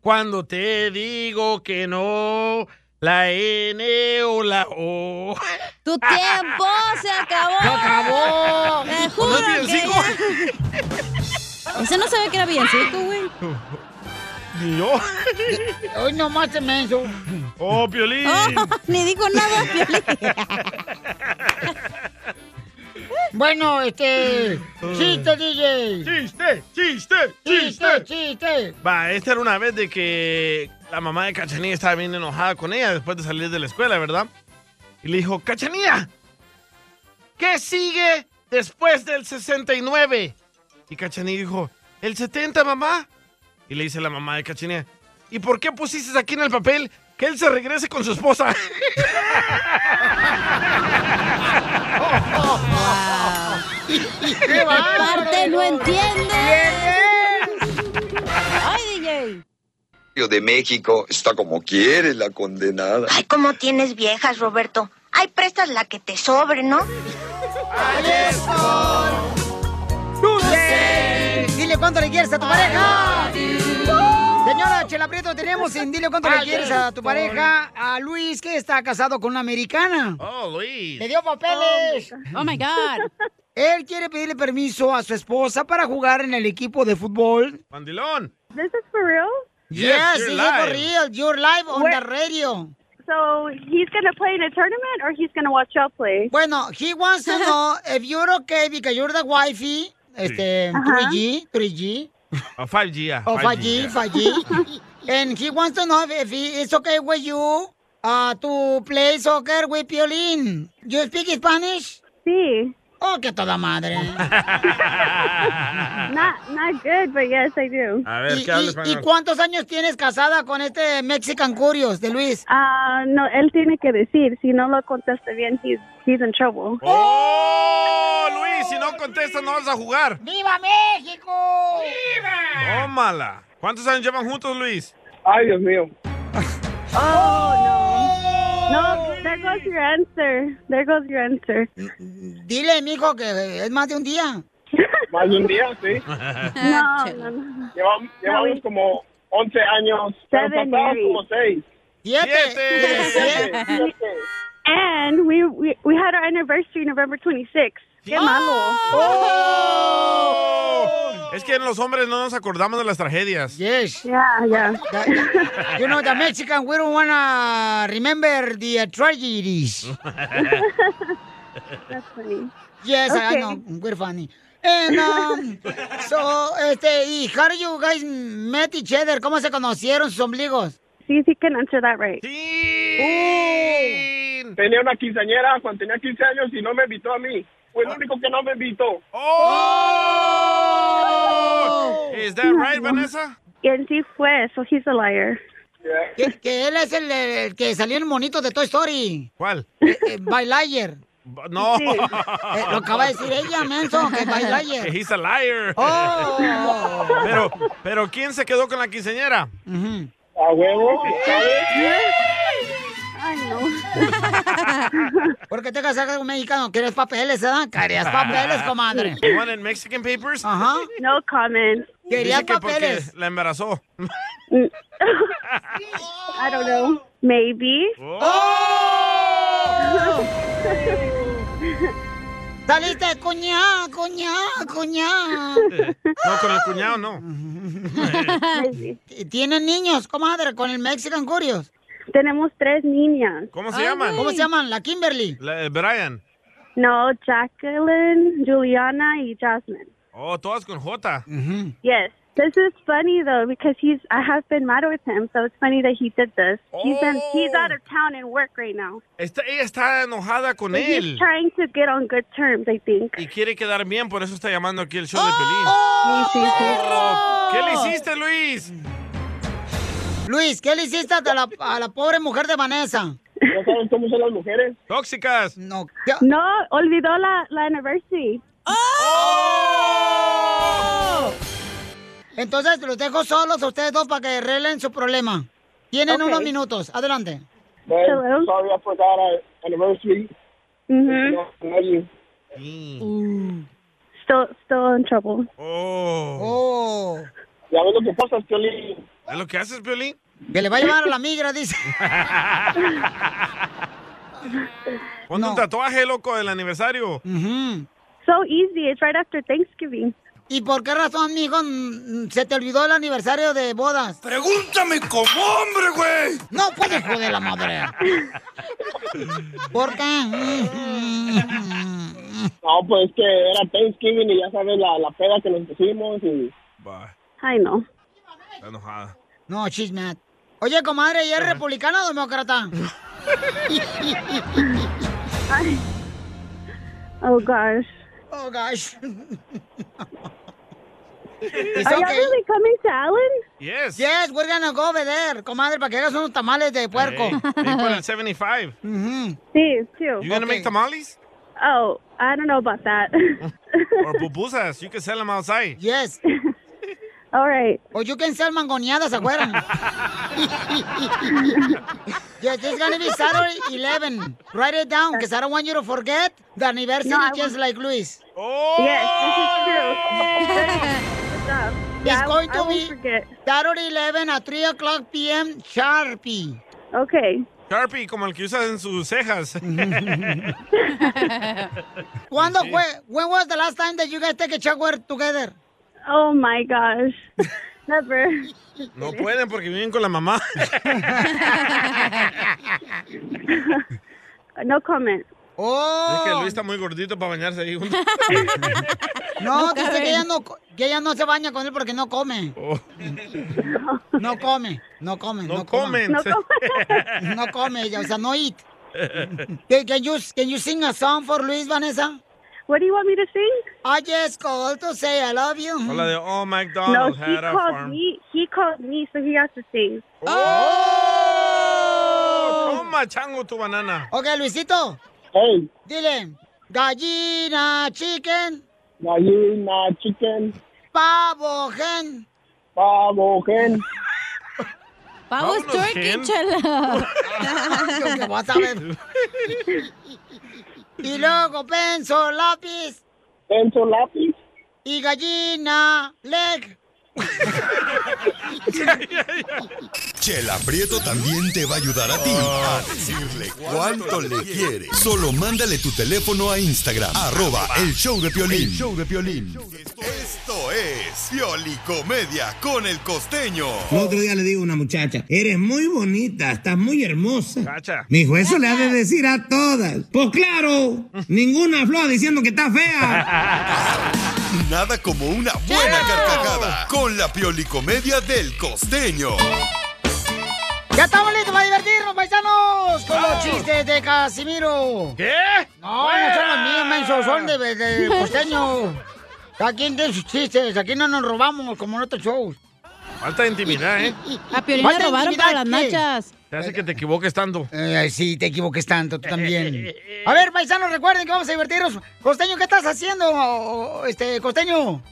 [SPEAKER 3] Cuando te digo que no, la N o la O.
[SPEAKER 4] Tu tiempo ¡Oh, se acabó.
[SPEAKER 6] ¡Se acabó!
[SPEAKER 3] Pues
[SPEAKER 4] Te juro
[SPEAKER 6] Pues ¿No es
[SPEAKER 4] que ya- Ese no sabía que era villancico, güey.
[SPEAKER 3] yo.
[SPEAKER 2] Hoy nomás se me hizo.
[SPEAKER 3] ¡Oh, Piolín!
[SPEAKER 4] ni digo nada, Piolín.
[SPEAKER 2] Bueno, este. Chiste, DJ.
[SPEAKER 3] Chiste, chiste,
[SPEAKER 2] chiste. Chiste,
[SPEAKER 3] Va, esta era una vez de que la mamá de Cachanilla estaba bien enojada con ella después de salir de la escuela, ¿verdad? Y le dijo, Cachanilla, ¿qué sigue después del 69? Y Cachanilla dijo, ¿el 70, mamá? Y le dice la mamá de Cachanilla, ¿y por qué pusiste aquí en el papel que él se regrese con su esposa?
[SPEAKER 4] ¿Qué parte no entiendes? Ay, DJ.
[SPEAKER 10] de México está como quiere la condenada.
[SPEAKER 23] Ay, cómo tienes viejas, Roberto. Ay, prestas la que te sobre, ¿no?
[SPEAKER 2] Dile cuánto le quieres a tu pareja. Señora Chela Prieto, tenemos en Dile cuánto le
[SPEAKER 6] Ay,
[SPEAKER 2] quieres a tu
[SPEAKER 6] estoy.
[SPEAKER 2] pareja a Luis, que está casado con una americana.
[SPEAKER 3] ¡Oh, Luis!
[SPEAKER 2] ¡Le dio papeles!
[SPEAKER 4] Oh my God.
[SPEAKER 2] Él quiere pedirle permiso a su esposa para jugar en el equipo de fútbol.
[SPEAKER 3] ¡Mandilón!
[SPEAKER 16] This is for real?
[SPEAKER 2] Yes, Yes, you're this is for live. real. You're live on
[SPEAKER 16] Where-
[SPEAKER 2] the radio.
[SPEAKER 16] So he's gonna play in a tournament, or he's gonna watch y'all play?
[SPEAKER 2] Bueno, he wants to know if you're okay because you're the wifey, este, 3G, 3G,
[SPEAKER 3] A 5G, ah, ya.
[SPEAKER 2] or
[SPEAKER 3] 5G,
[SPEAKER 2] 5G, 5G. Oh, And he wants to know if he- it's okay with you uh, to play soccer with Piolín. You speak Spanish?
[SPEAKER 16] Sí.
[SPEAKER 2] Oh, que toda madre.
[SPEAKER 16] Not not good, but yes, I do.
[SPEAKER 3] A ver,
[SPEAKER 2] ¿Y,
[SPEAKER 3] ¿qué habla
[SPEAKER 2] y- y
[SPEAKER 3] español?
[SPEAKER 2] cuántos años tienes casada con este Mexican Curious de Luis?
[SPEAKER 16] Ah, no, él tiene que decir. Si no lo contesta bien, he's he's in trouble.
[SPEAKER 3] ¡Oh, Luis! Si no contestas, no vas a jugar.
[SPEAKER 2] ¡Viva México! ¡Viva!
[SPEAKER 3] Tómala. ¿Cuántos años llevan juntos, Luis?
[SPEAKER 12] Ay, Dios mío.
[SPEAKER 16] Oh no. No, there goes your answer. There goes your answer.
[SPEAKER 2] Dile, mijo, que es más de un día.
[SPEAKER 12] Más de un día, sí.
[SPEAKER 16] No, no, no.
[SPEAKER 12] Llevamos, llevamos como 11 años. Pero
[SPEAKER 16] Seven
[SPEAKER 12] pasados
[SPEAKER 16] years.
[SPEAKER 12] como 6.
[SPEAKER 16] Siete. And we, we we had our anniversary November 26th. Qué malo.
[SPEAKER 2] Oh.
[SPEAKER 3] ¡Oh! Es que los hombres no nos acordamos de las tragedias.
[SPEAKER 2] Yes.
[SPEAKER 16] Yeah, yeah.
[SPEAKER 2] You know, the Mexican, we don't wanna remember the uh, tragedies.
[SPEAKER 16] That's funny.
[SPEAKER 2] Yes, I
[SPEAKER 16] Okay.
[SPEAKER 2] know. We're funny. And, um, so, este, y how do you guys met each other? ¿Cómo se conocieron sus ombligos?
[SPEAKER 16] See if you can answer that right.
[SPEAKER 12] Uh. Tenía una quinceañera cuando tenía 15 años y no me invitó a mí. Fue el único que no me invitó.
[SPEAKER 16] Oh.
[SPEAKER 3] Is that right, Vanessa?
[SPEAKER 16] And sí fue, so he's a liar.
[SPEAKER 2] Que, que él es el, el que salió en el monito de Toy Story. Eh,
[SPEAKER 3] ¿Cuál?
[SPEAKER 2] Bailayer.
[SPEAKER 3] No.
[SPEAKER 2] Sí. Eh, lo acaba de decir ella, menso, que es
[SPEAKER 3] Que
[SPEAKER 2] bailayer.
[SPEAKER 3] He's a liar.
[SPEAKER 2] Oh.
[SPEAKER 3] Pero, pero ¿quién se quedó con la quinceñera?
[SPEAKER 12] A huevo.
[SPEAKER 16] Ay, no.
[SPEAKER 2] Porque te casas con un mexicano, quieres papeles, ¿verdad? Querías papeles, comadre.
[SPEAKER 3] You wanted Mexican papers?
[SPEAKER 2] Ajá.
[SPEAKER 16] No comment.
[SPEAKER 2] Querías
[SPEAKER 3] Dice que porque
[SPEAKER 2] papeles.
[SPEAKER 3] la embarazó.
[SPEAKER 16] I don't know. Maybe.
[SPEAKER 3] Oh!
[SPEAKER 2] Está lista, coñá, coñá, coñá.
[SPEAKER 3] No, con el cuñado no.
[SPEAKER 2] ¿Tienen niños, comadre, con el Mexican Curios?
[SPEAKER 16] Tenemos tres niñas.
[SPEAKER 3] ¿Cómo se llaman?
[SPEAKER 2] ¿Cómo se llaman? La Kimberly.
[SPEAKER 3] Ah, La- eh, Brian.
[SPEAKER 16] No, Jacqueline, Juliana, y Jasmine.
[SPEAKER 3] Oh, todas con J.
[SPEAKER 16] Yes. This is funny though because he's I have been mad with him, so it's funny that he did this. He's been
[SPEAKER 3] Oh,
[SPEAKER 16] he's out of town and work right now.
[SPEAKER 3] Está- ella está enojada con
[SPEAKER 16] But
[SPEAKER 3] él.
[SPEAKER 16] He's trying to get on good terms, I think.
[SPEAKER 3] Y quiere quedar bien, por eso está llamando aquí el show de Pelín. ¿Qué le hiciste, Luis?
[SPEAKER 2] Luis, ¿qué le hiciste a la, a la pobre mujer de Vanessa?
[SPEAKER 12] ¿No saben cómo son las mujeres?
[SPEAKER 3] Tóxicas.
[SPEAKER 2] No.
[SPEAKER 16] No, olvidó la, la anniversary.
[SPEAKER 2] ¡Oh! Entonces los dejo solos a ustedes dos para que arreglen su problema. Tienen
[SPEAKER 12] Ok.
[SPEAKER 2] unos minutos. Adelante.
[SPEAKER 12] Babe, sorry I forgot our anniversary. No, I love you.
[SPEAKER 16] Mm-hmm.
[SPEAKER 3] Mm.
[SPEAKER 16] Still still in trouble.
[SPEAKER 2] Oh.
[SPEAKER 12] Ya ves lo que pasa, Piolín.
[SPEAKER 3] ¿Es lo que haces, Piolín?
[SPEAKER 2] Que le va a llevar a la migra, dice.
[SPEAKER 3] Ponte un tatuaje, loco, del aniversario.
[SPEAKER 16] So easy. It's right after Thanksgiving.
[SPEAKER 2] ¿Y por qué razón, amigo, mm, se te olvidó el aniversario de bodas? Pregúntame como hombre, güey. No puedes joder la madre. ¿Por Mm. qué?
[SPEAKER 12] No, pues es que era Thanksgiving y ya sabes la, la peda que nos pusimos y...
[SPEAKER 16] I know.
[SPEAKER 3] Está enojada.
[SPEAKER 2] No, she's mad. Oye, comadre, ¿y es republicana o demócrata?
[SPEAKER 16] Oh gosh.
[SPEAKER 2] oh, gosh. It's
[SPEAKER 16] Are y'all
[SPEAKER 2] okay.
[SPEAKER 16] really coming to Allen?
[SPEAKER 3] Yes.
[SPEAKER 2] Yes, we're gonna go over there, comadre, para que hagas unos tamales de puerco.
[SPEAKER 3] Hey, ahí por el 75.
[SPEAKER 16] Sí, too.
[SPEAKER 3] You gonna make tamales?
[SPEAKER 16] Oh, I don't know about that.
[SPEAKER 3] Or pupusas? You can sell them outside.
[SPEAKER 2] Yes.
[SPEAKER 16] All right.
[SPEAKER 2] O you can sell mangoneadas afuera. yes, it's gonna be Saturday 11. Write it down, because I don't want you to forget the anniversary
[SPEAKER 16] No, I
[SPEAKER 2] just like Luis.
[SPEAKER 3] Oh!
[SPEAKER 16] Yes, this is true.
[SPEAKER 2] It's going to be Saturday 11 at 3 o'clock p.m. Sharpie.
[SPEAKER 16] Okay.
[SPEAKER 3] Sharpie, como el que usas en sus cejas.
[SPEAKER 2] ¿Cuándo fue? When was the last time that you guys take a shower together?
[SPEAKER 16] Oh my gosh. Never.
[SPEAKER 3] no pueden porque viven con la mamá.
[SPEAKER 16] No comment.
[SPEAKER 3] Es
[SPEAKER 2] Oh.
[SPEAKER 3] que Luis está muy gordito para bañarse ahí. junto.
[SPEAKER 2] No,
[SPEAKER 16] No
[SPEAKER 2] dice
[SPEAKER 16] cabe.
[SPEAKER 2] que ella no, co- que ella no se baña con él porque no come.
[SPEAKER 3] Oh.
[SPEAKER 2] No come, no come, no, come.
[SPEAKER 6] comen. No
[SPEAKER 2] come. no come ella, o sea, no eat. Can, can you, can you sing a song for Luis, Vanessa?
[SPEAKER 16] What do you want me to sing?
[SPEAKER 2] I just called to say I love you.
[SPEAKER 3] O la de,
[SPEAKER 16] No,
[SPEAKER 3] oh, McDonald's
[SPEAKER 16] he
[SPEAKER 3] had a
[SPEAKER 16] called
[SPEAKER 3] farm.
[SPEAKER 16] me. He called me, so he has to sing.
[SPEAKER 3] ¡Oh! Toma, chango, tu banana.
[SPEAKER 2] Ok, Luisito.
[SPEAKER 12] Hey.
[SPEAKER 2] Dile, gallina chicken,
[SPEAKER 12] Gallina, chicken,
[SPEAKER 2] pavo gen.
[SPEAKER 12] pavo, gen.
[SPEAKER 4] Pavo es
[SPEAKER 2] Vámonos,
[SPEAKER 4] turkey,
[SPEAKER 2] Jen.
[SPEAKER 4] chela.
[SPEAKER 2] Yo qué vas a ver. Y luego penso lápiz
[SPEAKER 12] Penso, lápiz.
[SPEAKER 2] y gallina leg.
[SPEAKER 1] Chela Prieto también te va a ayudar a ti a decirle Ah, cuánto le quiere. Solo mándale tu teléfono a Instagram, arroba el show de Piolín.
[SPEAKER 11] El
[SPEAKER 1] show de Piolín. Esto es Pioli Comedia con el costeño.
[SPEAKER 11] El otro día le digo a una muchacha, eres muy bonita, estás muy hermosa. Me dijo, eso le ha de decir a todas. Pues claro, ninguna flor diciendo que está fea.
[SPEAKER 1] Nada como una buena carcajada con la Pioli Comedia del costeño.
[SPEAKER 2] Ya estamos listos para divertirnos, paisanos, con
[SPEAKER 6] Vamos.
[SPEAKER 2] los chistes de Casimiro.
[SPEAKER 3] ¿Qué?
[SPEAKER 2] No, no son los míos, menso, son de, de costeño. Cada quien tiene sus chistes, aquí no nos robamos como en otros shows.
[SPEAKER 3] Falta de intimidad, ¿eh?
[SPEAKER 4] A Piolín le
[SPEAKER 2] Falta
[SPEAKER 4] robaron
[SPEAKER 2] intimidad,
[SPEAKER 4] para las
[SPEAKER 2] ¿qué?
[SPEAKER 4] nachas.
[SPEAKER 3] Te hace que te equivoques tanto.
[SPEAKER 2] Eh, sí, te equivoques tanto, tú también. A ver, paisanos, recuerden que vamos a divertirnos. Costeño, ¿qué estás haciendo, o- o, este, costeño?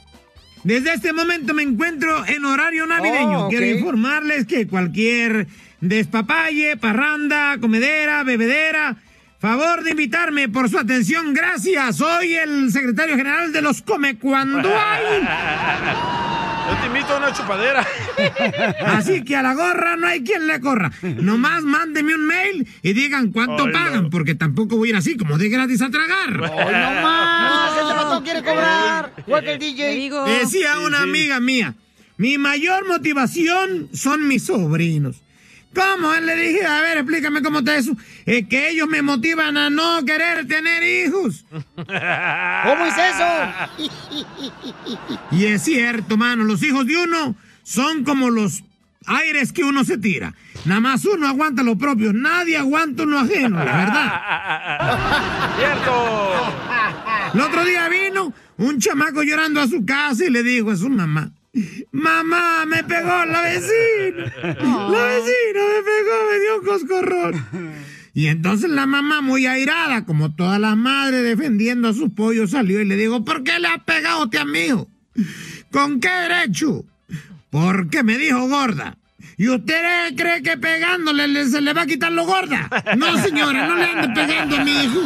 [SPEAKER 11] Desde este momento me encuentro en horario navideño.
[SPEAKER 2] Oh, ok.
[SPEAKER 11] Quiero informarles que cualquier despapalle, parranda, comedera, bebedera, favor de invitarme por su atención. Gracias. Soy el secretario general de los Comecuanduay.
[SPEAKER 3] Yo te invito a una chupadera.
[SPEAKER 14] Así que a la gorra no hay quien le corra. Nomás mándenme un mail y digan cuánto
[SPEAKER 24] Ay, no.
[SPEAKER 14] pagan, porque tampoco voy a ir así como de gratis a tragar.
[SPEAKER 2] ¡Ay, no más! ¡Este pato quiere cobrar! ¡Igual que el DJ!
[SPEAKER 14] Decía una amiga mía, mi mayor motivación son mis sobrinos. ¿Cómo? Le dije, a ver, explícame cómo está eso. Es que ellos me motivan a no querer tener hijos.
[SPEAKER 24] ¿Cómo
[SPEAKER 14] es eso? Y es cierto, mano, los hijos de uno son como los aires que uno se tira. Nada más uno aguanta lo propio, nadie aguanta uno ajeno, la verdad.
[SPEAKER 3] ¡Cierto!
[SPEAKER 14] El otro día vino un chamaco llorando a su casa y le dijo a su mamá. Mamá, me pegó la vecina. La vecina me pegó, me dio un coscorrón. Y entonces la mamá, muy airada, como toda la madre defendiendo a sus pollos, salió y le dijo, ¿por qué le has pegado a ti a mi hijo? ¿Con qué derecho? Porque me dijo gorda. ¿Y usted cree que pegándole le- se le va a quitar lo gorda? No, señora, no le ande pegando a mi hijo.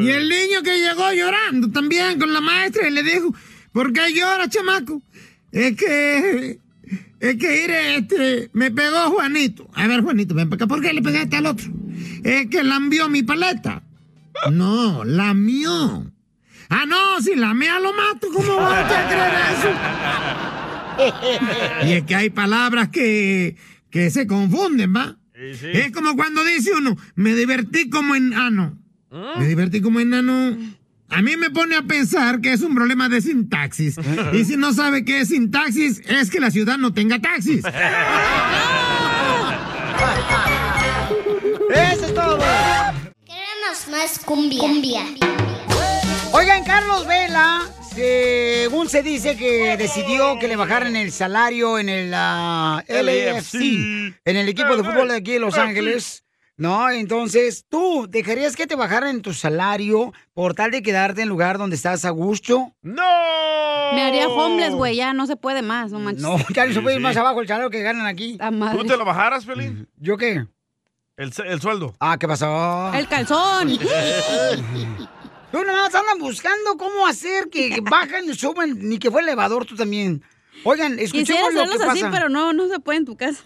[SPEAKER 14] Y el niño que llegó llorando también con la maestra y le dijo, ¿por qué llora, chamaco? Es que, es que, mire, este, me pegó Juanito. A ver, Juanito, ven para acá, ¿por qué le pegaste al otro? Es que lambió mi paleta. No, lamió. Ah, no, si lamea lo mato, ¿cómo va usted a creer eso? Y es que hay palabras que, que se confunden, ¿va?
[SPEAKER 24] Sí, sí.
[SPEAKER 14] Es como cuando dice uno, me divertí como Ah, enano. Me divertí como enano. A mí me pone a pensar que es un problema de sintaxis. Y si no sabe qué es sintaxis, es que la ciudad no tenga taxis.
[SPEAKER 2] ¡Eso es todo!
[SPEAKER 15] Queremos más cumbia. cumbia.
[SPEAKER 2] Oigan, Carlos Vela, según se dice que decidió que le bajaran el salario en el ah, LAFC, en el equipo de fútbol de aquí de Los Ángeles. No, entonces, ¿tú dejarías que te bajaran tu salario por tal de quedarte en lugar donde estás a gusto?
[SPEAKER 3] ¡No!
[SPEAKER 4] Me haría homeless, güey, ya no se puede más, no manches.
[SPEAKER 2] No, ya no se puede ir más abajo el salario que ganan aquí.
[SPEAKER 3] ¿Tú te lo bajaras, Pelín?
[SPEAKER 2] ¿Yo qué?
[SPEAKER 3] El, se- el sueldo.
[SPEAKER 2] Ah, ¿qué pasó?
[SPEAKER 4] El calzón.
[SPEAKER 2] Tú nomás andan buscando cómo hacer que bajan y suban, ni que fue elevador tú también. Oigan,
[SPEAKER 4] Quisiera
[SPEAKER 2] escuchemos lo que
[SPEAKER 4] hacerlos así,
[SPEAKER 2] pasa.
[SPEAKER 4] pero no, no se puede en tu casa.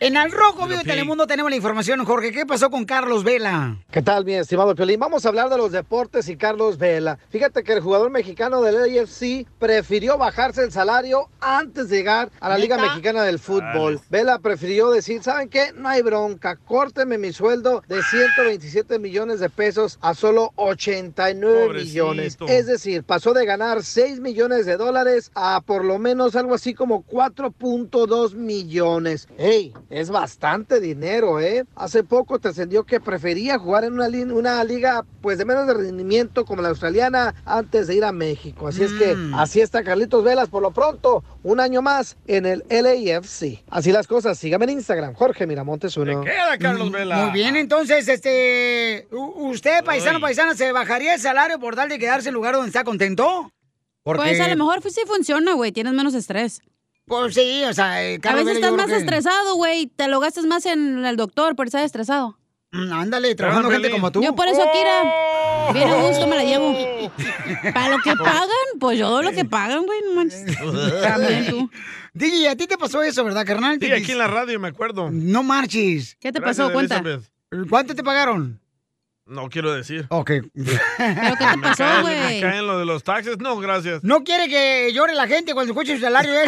[SPEAKER 2] En Al Rojo Vivo de Telemundo tenemos la información, Jorge. ¿Qué pasó con Carlos Vela?
[SPEAKER 5] ¿Qué tal, mi estimado Piolín? Vamos a hablar de los deportes y Carlos Vela. Fíjate que el jugador mexicano del AFC prefirió bajarse el salario antes de llegar a la Liga
[SPEAKER 25] ¿Neta?
[SPEAKER 5] Mexicana del Fútbol. Vela prefirió decir, ¿saben qué? No hay bronca, córteme mi sueldo de 127 millones de pesos a solo 89 millones.
[SPEAKER 25] Pobrecito.
[SPEAKER 5] Es decir, pasó de ganar 6 millones de dólares a por lo menos algo así como 4.2 millones. ¡Ey! Es bastante dinero, ¿eh? Hace poco trascendió que prefería jugar en una, li- una liga pues de menos de rendimiento como la australiana antes de ir a México. Así es que así está Carlitos Velas por lo pronto, un año más en el LAFC. Así las cosas, sígame en Instagram, Jorge Miramontes uno. Mm,
[SPEAKER 3] Queda Carlos Vela.
[SPEAKER 2] Muy bien, entonces, este, u- usted, paisano,
[SPEAKER 5] Ay.
[SPEAKER 2] paisana, ¿se bajaría el salario por tal de quedarse en el lugar donde está contento?
[SPEAKER 4] Pues a lo mejor sí funciona, güey, tienes menos estrés.
[SPEAKER 2] Pues sí, o sea, eh,
[SPEAKER 4] A
[SPEAKER 2] Carlos
[SPEAKER 4] veces
[SPEAKER 2] Vela,
[SPEAKER 4] estás
[SPEAKER 2] yo
[SPEAKER 4] más
[SPEAKER 2] creo que-
[SPEAKER 4] estresado, güey, te lo gastas más en el doctor por estar estresado.
[SPEAKER 2] Mm, Ándale, trabajando gente como tú. Oh.
[SPEAKER 4] Yo por eso, Kira, bien a gusto me la llevo. Para lo que pagan, pues yo doy lo que pagan, güey, no manches. También tú.
[SPEAKER 2] DJ, a ti te pasó eso, ¿verdad, carnal?
[SPEAKER 3] Sí, aquí en la radio me acuerdo.
[SPEAKER 2] No marches.
[SPEAKER 4] ¿Qué
[SPEAKER 3] te Gracias, pasó? Cuenta. Elizabeth.
[SPEAKER 2] ¿Cuánto te pagaron?
[SPEAKER 3] No quiero decir.
[SPEAKER 2] Ok.
[SPEAKER 3] ¿Pero
[SPEAKER 2] qué te pasó,
[SPEAKER 3] Me
[SPEAKER 2] güey?
[SPEAKER 3] caen lo de los taxes. No, gracias.
[SPEAKER 2] No quiere que llore la gente cuando escuche su salario, ¿eh?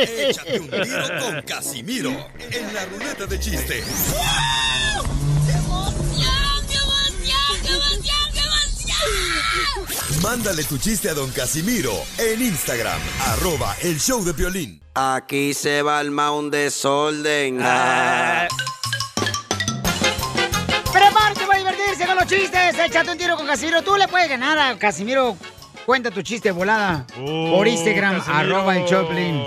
[SPEAKER 1] Échate un tiro con Casimiro en la ruleta de chiste. Mándale tu chiste a don Casimiro en Instagram, arroba el show de violín.
[SPEAKER 6] Aquí se va el mound desorden. Ah.
[SPEAKER 2] Prepárate para divertirse con los chistes. Échate un tiro con Casimiro. Tú le puedes ganar a Casimiro. Cuenta tu chiste volada por Instagram,
[SPEAKER 24] Casimiro.
[SPEAKER 2] arroba el Choplin.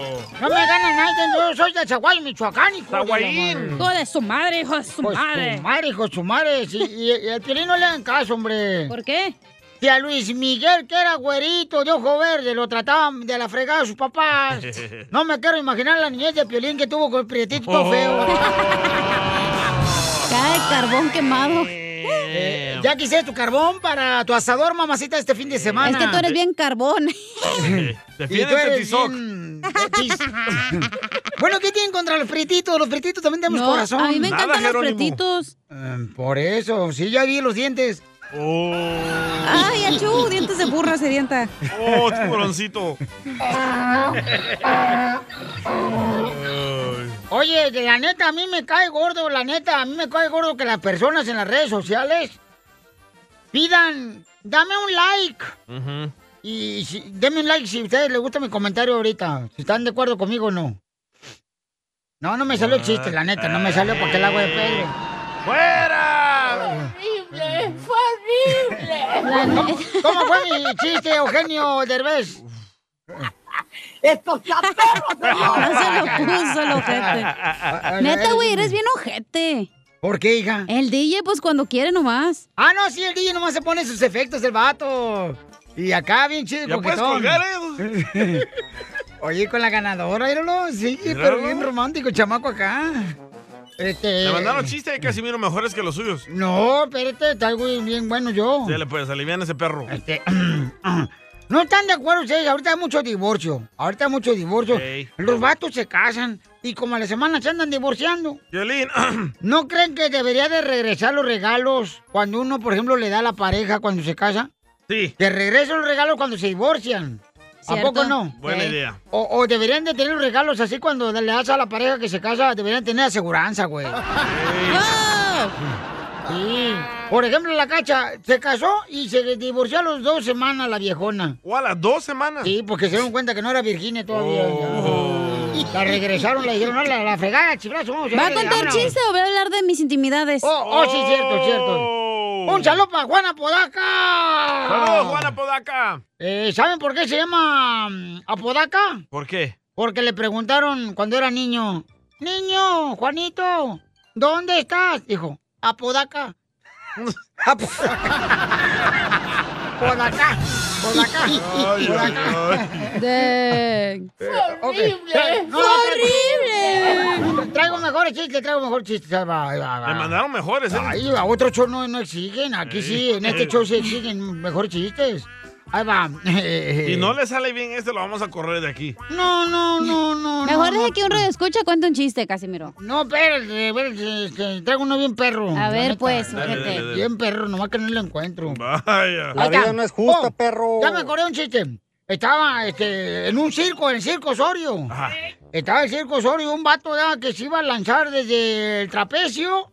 [SPEAKER 2] No me ganan nadie, yo soy de Chaguay, Michoacán, hijo
[SPEAKER 4] Zaguayín. Hijo de su madre, hijo de su madre.
[SPEAKER 2] Su madre, hijo de su madre. Sí, y, y al Piolín no le dan caso, hombre.
[SPEAKER 4] ¿Por qué?
[SPEAKER 2] Y a Luis Miguel, que era güerito, de ojo verde, lo trataban de la fregada a sus papás. No me quiero imaginar la niñez de Piolín que tuvo con el prietito todo feo.
[SPEAKER 4] Cada carbón quemado.
[SPEAKER 2] Eh, ya quise tu carbón para tu asador, mamacita, este fin de semana.
[SPEAKER 4] Es que tú eres bien carbón.
[SPEAKER 2] Y tú eres bien- bueno, ¿qué tienen contra los frititos? Los frititos también tenemos
[SPEAKER 4] No,
[SPEAKER 2] corazón.
[SPEAKER 4] a mí me Nada, encantan los Jerónimo. frititos.
[SPEAKER 2] Eh, por eso, sí, ya vi los dientes.
[SPEAKER 4] Ay, achú, dientes de burra, sedienta.
[SPEAKER 3] Oh, tiburoncito.
[SPEAKER 2] Eh. Oye, de la neta, a mí me cae gordo, la neta, a mí me cae gordo que las personas en las redes sociales pidan, dame un like. Y si- denme un like si a ustedes les gusta mi comentario ahorita, si están de acuerdo conmigo o no. No, no me salió el chiste, la neta, no me salió porque el agua de Pedro.
[SPEAKER 6] ¡Fuera!
[SPEAKER 2] ¡Horrible! ¿Cómo, cómo fue mi chiste, Eugenio Derbez? ¡Estos
[SPEAKER 4] Ya se lo puso el ojete.
[SPEAKER 6] Ah,
[SPEAKER 4] Neta, güey, eres bien ojete.
[SPEAKER 2] ¿Por qué, hija?
[SPEAKER 4] El DJ, pues cuando quiere nomás.
[SPEAKER 2] Ah, no, sí, el DJ nomás se pone sus efectos del vato. Y acá bien chido,
[SPEAKER 4] Ya puedes
[SPEAKER 2] coquetón.
[SPEAKER 4] colgar,
[SPEAKER 6] eh,
[SPEAKER 4] ¿eh?
[SPEAKER 2] Oye, con la ganadora, míralo. Sí,
[SPEAKER 3] Míralo.
[SPEAKER 2] pero bien romántico, el chamaco acá. Este...
[SPEAKER 3] Le mandaron chistes de Casimiro mejores que los suyos.
[SPEAKER 2] No, espérate, está algo bien bueno yo.
[SPEAKER 3] Dele, pues, alivian ese perro.
[SPEAKER 2] Este, No están de acuerdo ustedes, ahorita hay mucho divorcio. Ahorita hay mucho divorcio. Los vatos se casan y como a la semana se andan divorciando.
[SPEAKER 3] Violín.
[SPEAKER 2] ¿No creen que debería de regresar los regalos cuando uno, por ejemplo, le da a la pareja cuando se casa?
[SPEAKER 3] Sí.
[SPEAKER 2] Te regresan los regalos cuando se divorcian. ¿A
[SPEAKER 3] Cierto.
[SPEAKER 2] poco no?
[SPEAKER 3] Buena Sí. idea.
[SPEAKER 2] O, o deberían de tener los regalos así cuando le das a la pareja que se casa, deberían tener aseguranza, güey. Sí. Por ejemplo, la cacha se casó y se divorció a las dos semanas la viejona.
[SPEAKER 3] ¿O a las dos semanas? Oh.
[SPEAKER 2] Sí, porque se dieron cuenta que no era Virginia todavía. La regresaron, la dijeron, no, la, la fregada, chiflazo. vamos
[SPEAKER 4] ¿Va a
[SPEAKER 2] ver,
[SPEAKER 4] contar
[SPEAKER 2] vámonos.
[SPEAKER 4] chiste o voy a hablar de mis intimidades?
[SPEAKER 2] Oh, oh, sí, cierto, cierto. Un saludo para Juana Podaca.
[SPEAKER 3] Oh. ¡Saludos, Juan Apodaca!
[SPEAKER 2] Eh, ¿Saben por qué se llama mm, Apodaca?
[SPEAKER 3] ¿Por qué?
[SPEAKER 2] Porque le preguntaron cuando era niño, niño, Juanito, ¿dónde estás? Dijo, Apodaca. Apodaca. Apodaca. Apodaca. Apodaca.
[SPEAKER 6] horrible,
[SPEAKER 2] Tra- no,
[SPEAKER 6] horrible.
[SPEAKER 2] tra- Traigo mejor chiste, traigo mejor chiste. Me
[SPEAKER 3] Le mandaron mejores, ¿eh?
[SPEAKER 2] Ahí va, otro show no, no exigen. Aquí sí, en este show sí exigen mejor chistes. Ahí va. Eh.
[SPEAKER 3] Si no le sale bien este, lo vamos a correr de aquí.
[SPEAKER 2] No, no, no, no.
[SPEAKER 4] Mejor
[SPEAKER 2] no,
[SPEAKER 4] deje que un radio escucha cuente un chiste, Casimiro.
[SPEAKER 2] No, espérate, espérate, este, traigo uno bien perro.
[SPEAKER 4] A
[SPEAKER 2] la
[SPEAKER 4] ver,
[SPEAKER 2] neta.
[SPEAKER 4] pues, Dale, ojete. dale, dale.
[SPEAKER 2] Bien perro, nomás que no lo encuentro.
[SPEAKER 3] Vaya.
[SPEAKER 6] La vida no es justa,
[SPEAKER 2] perro. Ya me acordé de un chiste. Estaba este, en un circo, en el circo Osorio. Estaba el circo Osorio, un vato ya que se iba a lanzar desde el trapecio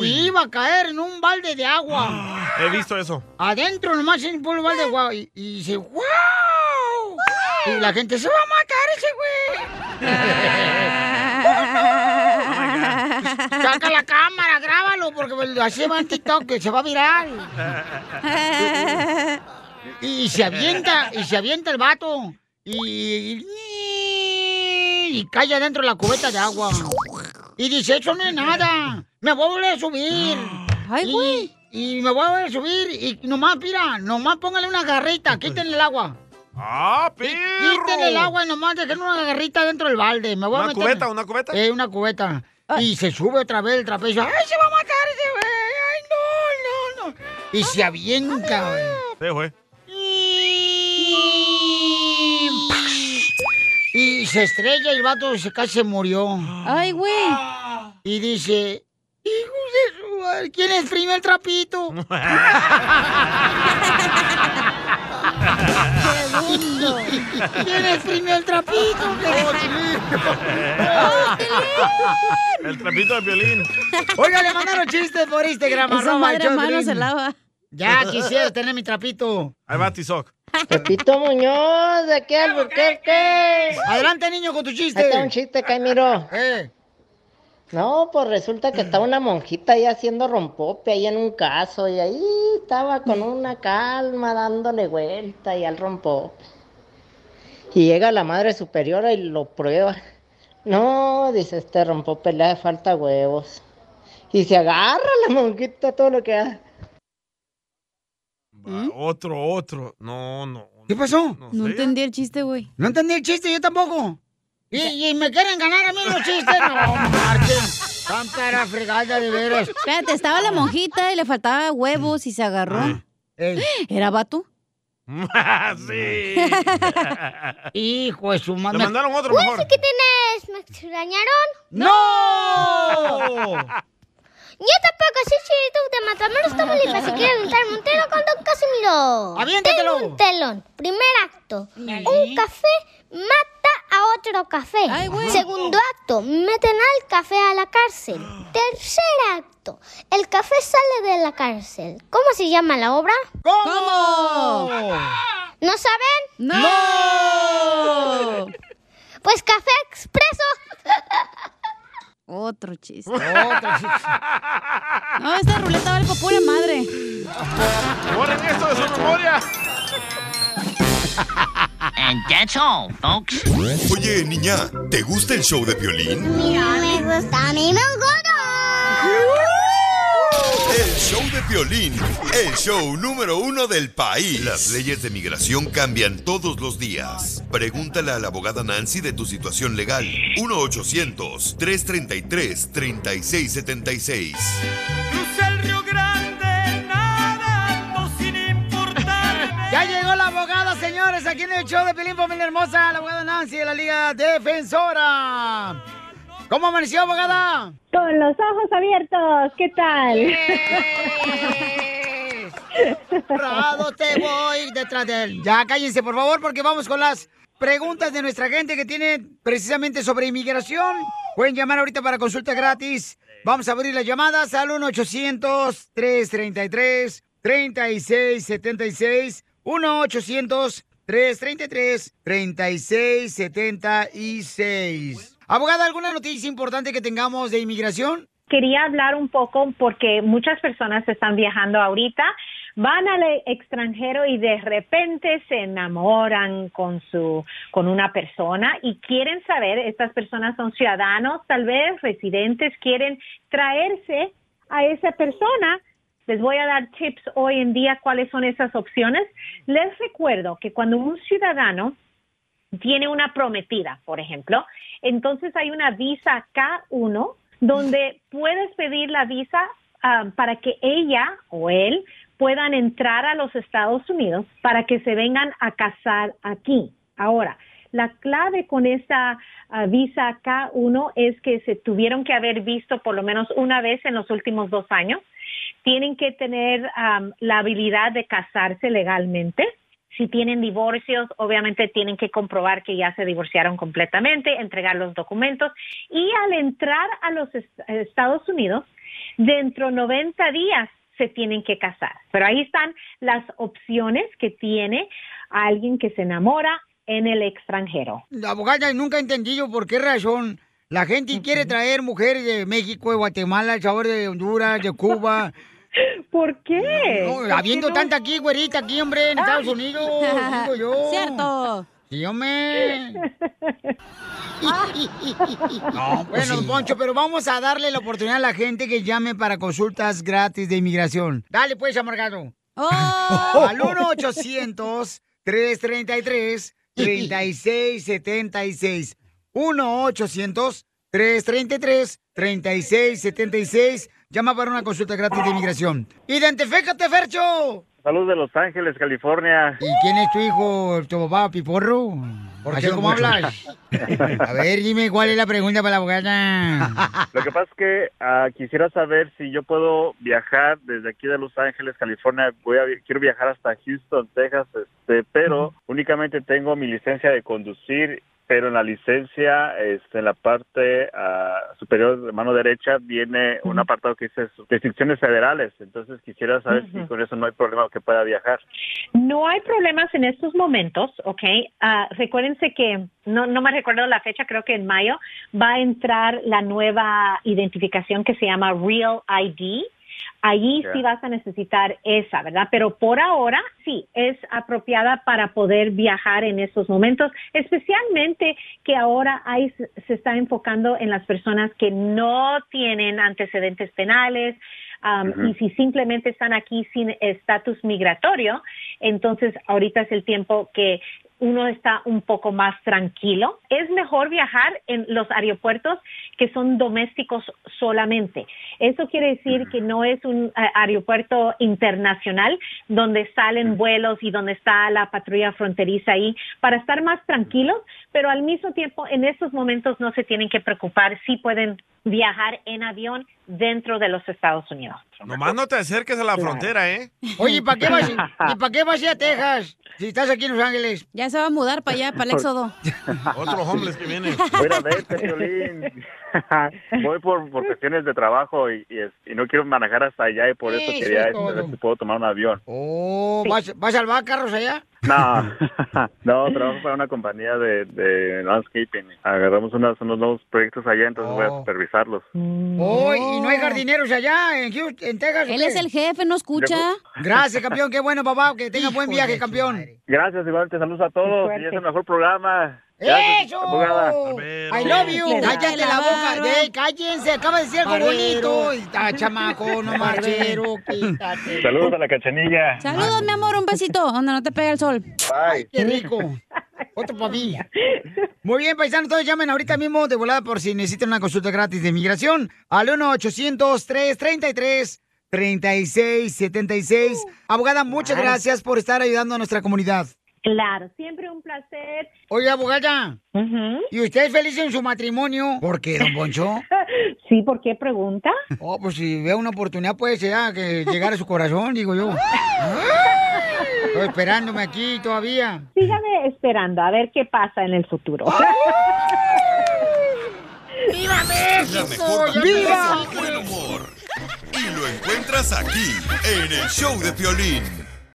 [SPEAKER 2] y iba a caer en un balde de agua.
[SPEAKER 3] He visto eso.
[SPEAKER 2] Adentro nomás en un balde de agua. Y, y dice, ¡wow! Y la gente se va a matar ese güey. Saca la cámara, grábalo, porque así va en TikTok, que se va a viral. Y se avienta, y se avienta el vato. Y, y cae adentro de la cubeta de agua. Y dice, eso no es nada. Me voy a volver a subir. Ay, güey. Y, me voy a volver a subir. Y nomás, mira, nomás póngale una garrita, quítenle el agua.
[SPEAKER 3] ¡Ah, perro!
[SPEAKER 2] Quítenle el agua y nomás dejen una garrita dentro del balde. Me voy a
[SPEAKER 3] ¿Una
[SPEAKER 2] meter-
[SPEAKER 3] cubeta, una cubeta?
[SPEAKER 2] Eh, una cubeta. Y se sube otra vez el trapecio. ¡Ay, se va a matar ese güey! ¡Ay, no, no, no! Y se avienta, güey.
[SPEAKER 3] Sí, güey.
[SPEAKER 2] Y se estrella y el vato se casi se murió. Ay, güey. Y dice, hijos de su madre, ¿quién exprime el trapito? ¿Quién exprimió el trapito?
[SPEAKER 3] El trapito de violín.
[SPEAKER 2] Oiga, le mandaron chistes por Instagram.
[SPEAKER 3] Esa
[SPEAKER 2] arroba
[SPEAKER 3] madre
[SPEAKER 2] el show de
[SPEAKER 3] mano
[SPEAKER 2] Piolín.
[SPEAKER 3] se lava.
[SPEAKER 2] Ya quisiera tener mi trapito.
[SPEAKER 3] Ahí va Tizoc.
[SPEAKER 13] Pepito Muñoz, de aquí al Burquerque.
[SPEAKER 2] Adelante, niño, con tu chiste.
[SPEAKER 13] Ahí está un chiste, Caimiro.
[SPEAKER 2] Eh,
[SPEAKER 13] No, pues resulta que estaba una monjita ahí haciendo rompope ahí en un caso y ahí estaba con una calma dándole vuelta y al rompope. Y llega la madre superiora y lo prueba. No, dice este rompope, le hace falta huevos. Y se agarra la monjita todo lo que hace.
[SPEAKER 3] Va, Otro, otro. No, no.
[SPEAKER 2] ¿Mm? ¿Qué pasó?
[SPEAKER 4] No entendí el chiste, güey.
[SPEAKER 2] No entendí el chiste, yo tampoco. Y, y me quieren ganar a mí los chistes. No, marchen. Tan para fregada de veras.
[SPEAKER 4] Espérate, estaba la monjita y le faltaba huevos y se agarró.
[SPEAKER 2] Ah.
[SPEAKER 4] ¿Era vato?
[SPEAKER 3] sí.
[SPEAKER 2] Hijo de su madre.
[SPEAKER 3] Le mandaron otro
[SPEAKER 15] Uy,
[SPEAKER 3] mejor.
[SPEAKER 15] ¿qué tienes? ¿Me extrañaron?
[SPEAKER 2] ¡No!
[SPEAKER 15] Yo tampoco soy chirito de Matamoros, Tamaulipas. Si quiere aventarme un telón con Don Casimiro.
[SPEAKER 2] ¡Aviéntatelo!
[SPEAKER 15] Tengo un telón. Primer acto. Un café mata a otro café. Segundo acto. Meten al café a la cárcel. Tercer acto. El café sale de la cárcel. ¿Cómo se llama la obra?
[SPEAKER 2] ¿Cómo?
[SPEAKER 15] ¿No saben?
[SPEAKER 4] ¡No!
[SPEAKER 15] Pues Café Expreso.
[SPEAKER 4] Otro chiste.
[SPEAKER 2] Otro
[SPEAKER 4] No, esta ruleta vale por pura madre.
[SPEAKER 3] ¡Borren esto de su memoria!
[SPEAKER 1] And that's all, folks. Oye, niña, ¿te gusta el show de violín?
[SPEAKER 15] Mira, me gusta mi
[SPEAKER 1] El show de violín, el show número uno del país. Las leyes de migración cambian todos los días. Pregúntale a la abogada Nancy de tu situación legal. 1-800-333-3676.
[SPEAKER 6] Crucé el Río Grande nadando sin importarme.
[SPEAKER 2] Ya llegó la abogada, señores, aquí en el show de Pelín Familia Hermosa, la abogada Nancy de la Liga Defensora. ¿Cómo amaneció, abogada?
[SPEAKER 17] Con los ojos abiertos, ¿qué tal?
[SPEAKER 2] Prado, te voy detrás de él. Ya cállense, por favor, porque vamos con las preguntas de nuestra gente que tiene precisamente sobre inmigración. Pueden llamar ahorita para consulta gratis. Vamos a abrir las llamadas al 1-800-333-3676. 1-800-333-3676. Abogada, ¿alguna noticia importante que tengamos de inmigración?
[SPEAKER 17] Quería hablar un poco porque muchas personas están viajando ahorita, van al e- extranjero y de repente se enamoran con su con una persona y quieren saber, estas personas son ciudadanos, tal vez residentes quieren traerse a esa persona les voy a dar tips hoy en día cuáles son esas opciones. Les recuerdo que cuando un ciudadano tiene una prometida, por ejemplo, entonces hay una visa K1 donde puedes pedir la visa ah, para que ella o él puedan entrar a los Estados Unidos para que se vengan a casar aquí. Ahora, la clave con esta ah, visa K1 es que se tuvieron que haber visto por lo menos una vez en los últimos dos años tienen que tener am, la habilidad de casarse legalmente. Si tienen divorcios, obviamente tienen que comprobar que ya se divorciaron completamente, entregar los documentos y al entrar a los est- Estados Unidos, dentro 90 días se tienen que casar. Pero ahí están las opciones que tiene alguien que se enamora en el extranjero.
[SPEAKER 2] La abogada nunca he entendido por qué razón la gente quiere traer mujeres de México, de Guatemala, El Salvador, de Honduras, de Cuba.
[SPEAKER 17] ¿Por qué?
[SPEAKER 2] No,
[SPEAKER 17] ¿Por
[SPEAKER 2] habiendo
[SPEAKER 17] qué no? Ah.
[SPEAKER 2] tanta aquí, güerita, aquí, hombre, en Estados Unidos, digo yo.
[SPEAKER 4] Cierto.
[SPEAKER 2] Sí, hombre. No, bueno, don Poncho, pero vamos a darle la oportunidad a la gente que llame para consultas gratis de inmigración. Dale, pues, amargado.
[SPEAKER 4] Oh.
[SPEAKER 2] Al 1-800-333-3676. 1-800-333-3676. Llama para una consulta gratis de inmigración. ¡Identifícate, Fercho!
[SPEAKER 18] Saludos de Los Ángeles, California.
[SPEAKER 2] ¿Y quién es tu hijo, tu papá, Piporro? ¿Por
[SPEAKER 18] qué,
[SPEAKER 2] Así como
[SPEAKER 18] güey?
[SPEAKER 2] hablas. A ver, dime cuál es la pregunta para la abogada.
[SPEAKER 18] Lo que pasa es que ah, quisiera saber si yo puedo viajar desde aquí de Los Ángeles, California. Voy a, vi- quiero viajar hasta Houston, Texas, este, pero únicamente tengo mi licencia de conducir, pero en la licencia, este, en la parte ah, superior de mano derecha, viene un apartado que dice restricciones federales. Entonces quisiera saber si con eso no hay problema que pueda viajar.
[SPEAKER 17] No hay problemas en estos momentos, ¿ok? Ah, recuérdense que, no, no me recuerdo la fecha, creo que en mayo, va a entrar la nueva identificación que se llama Real ID. Allí
[SPEAKER 26] Ya.
[SPEAKER 17] sí vas a necesitar esa, ¿verdad? Pero por ahora sí, es apropiada para poder viajar en estos momentos, especialmente que ahora hay, se está enfocando en las personas que no tienen antecedentes penales, Um,
[SPEAKER 27] Ujú.
[SPEAKER 17] Y si simplemente están aquí sin estatus migratorio, entonces ahorita es el tiempo que uno está un poco más tranquilo. Es mejor viajar en los aeropuertos que son domésticos solamente. Eso quiere decir que no es un eh, aeropuerto internacional donde salen vuelos y donde está la patrulla fronteriza ahí para estar más tranquilos, pero al mismo tiempo en estos momentos no se tienen que preocupar si pueden viajar en avión dentro de los Estados Unidos.
[SPEAKER 3] Nomás no te acerques a la frontera, ¿eh?
[SPEAKER 2] Oye, ¿y para qué vas, ¿y para qué vas a ir a Texas? Si estás aquí en Los Ángeles.
[SPEAKER 4] Ya se va a mudar para allá, para el éxodo.
[SPEAKER 3] Otro homeless que viene.
[SPEAKER 18] Voy a ir a verte, Piolín. Voy por, por cuestiones de trabajo y, y es- y no quiero manejar hasta allá y por eso
[SPEAKER 2] Eso
[SPEAKER 18] quería
[SPEAKER 2] es todo.
[SPEAKER 18] ver si puedo tomar un avión.
[SPEAKER 2] Oh, ¿vas, ¿Vas a salvar carros allá?
[SPEAKER 18] No, no, trabajo para una compañía de, de landscaping. Agarramos unas- unos nuevos proyectos allá, entonces voy a supervisarlos.
[SPEAKER 2] Oh, ¿y no hay jardineros allá en, Houston- en Texas? Él es el
[SPEAKER 4] jefe, no
[SPEAKER 18] escucha.
[SPEAKER 2] Gracias, campeón. Qué bueno, papá. Que tenga buen viaje, campeón.
[SPEAKER 18] Gracias, igual te saludos a todos
[SPEAKER 2] Qué
[SPEAKER 18] y es el mejor programa. Gracias,
[SPEAKER 2] ¡Eso!
[SPEAKER 18] pues, abogada.
[SPEAKER 2] I love you.
[SPEAKER 6] Le da
[SPEAKER 2] Cállate
[SPEAKER 6] la
[SPEAKER 2] la boca.
[SPEAKER 6] barba.
[SPEAKER 2] Ey, cállense. Acaba de decir algo
[SPEAKER 4] Barbero.
[SPEAKER 2] bonito. Y- Ah,
[SPEAKER 6] Oh,
[SPEAKER 2] chamaco, no marchero. quítate.
[SPEAKER 18] Saludos a la cachanilla.
[SPEAKER 4] Saludos, mi amor, un besito, donde no te pega el sol.
[SPEAKER 2] Ay, qué rico. Otro para mí. Muy bien, paisanos, todos llamen ahorita mismo de volada por si necesitan una consulta gratis de migración al 1-800-333-3676. Abogada, muchas
[SPEAKER 17] Claro.
[SPEAKER 2] gracias por estar ayudando a nuestra comunidad.
[SPEAKER 17] Claro, siempre un placer.
[SPEAKER 2] Oye, abogada, ¿y usted es feliz en su matrimonio? ¿Por qué, don Poncho?
[SPEAKER 17] sí, ¿por qué pregunta?
[SPEAKER 2] Oh, pues si veo una oportunidad, puede ser ah, que llegar a su corazón, digo yo. Estoy esperándome aquí todavía.
[SPEAKER 17] Sígame esperando a ver qué pasa en el futuro.
[SPEAKER 6] ¡Viva
[SPEAKER 1] La
[SPEAKER 6] México!
[SPEAKER 1] mejor vacuna es el buen humor. Y lo encuentras aquí, en el show de Piolín.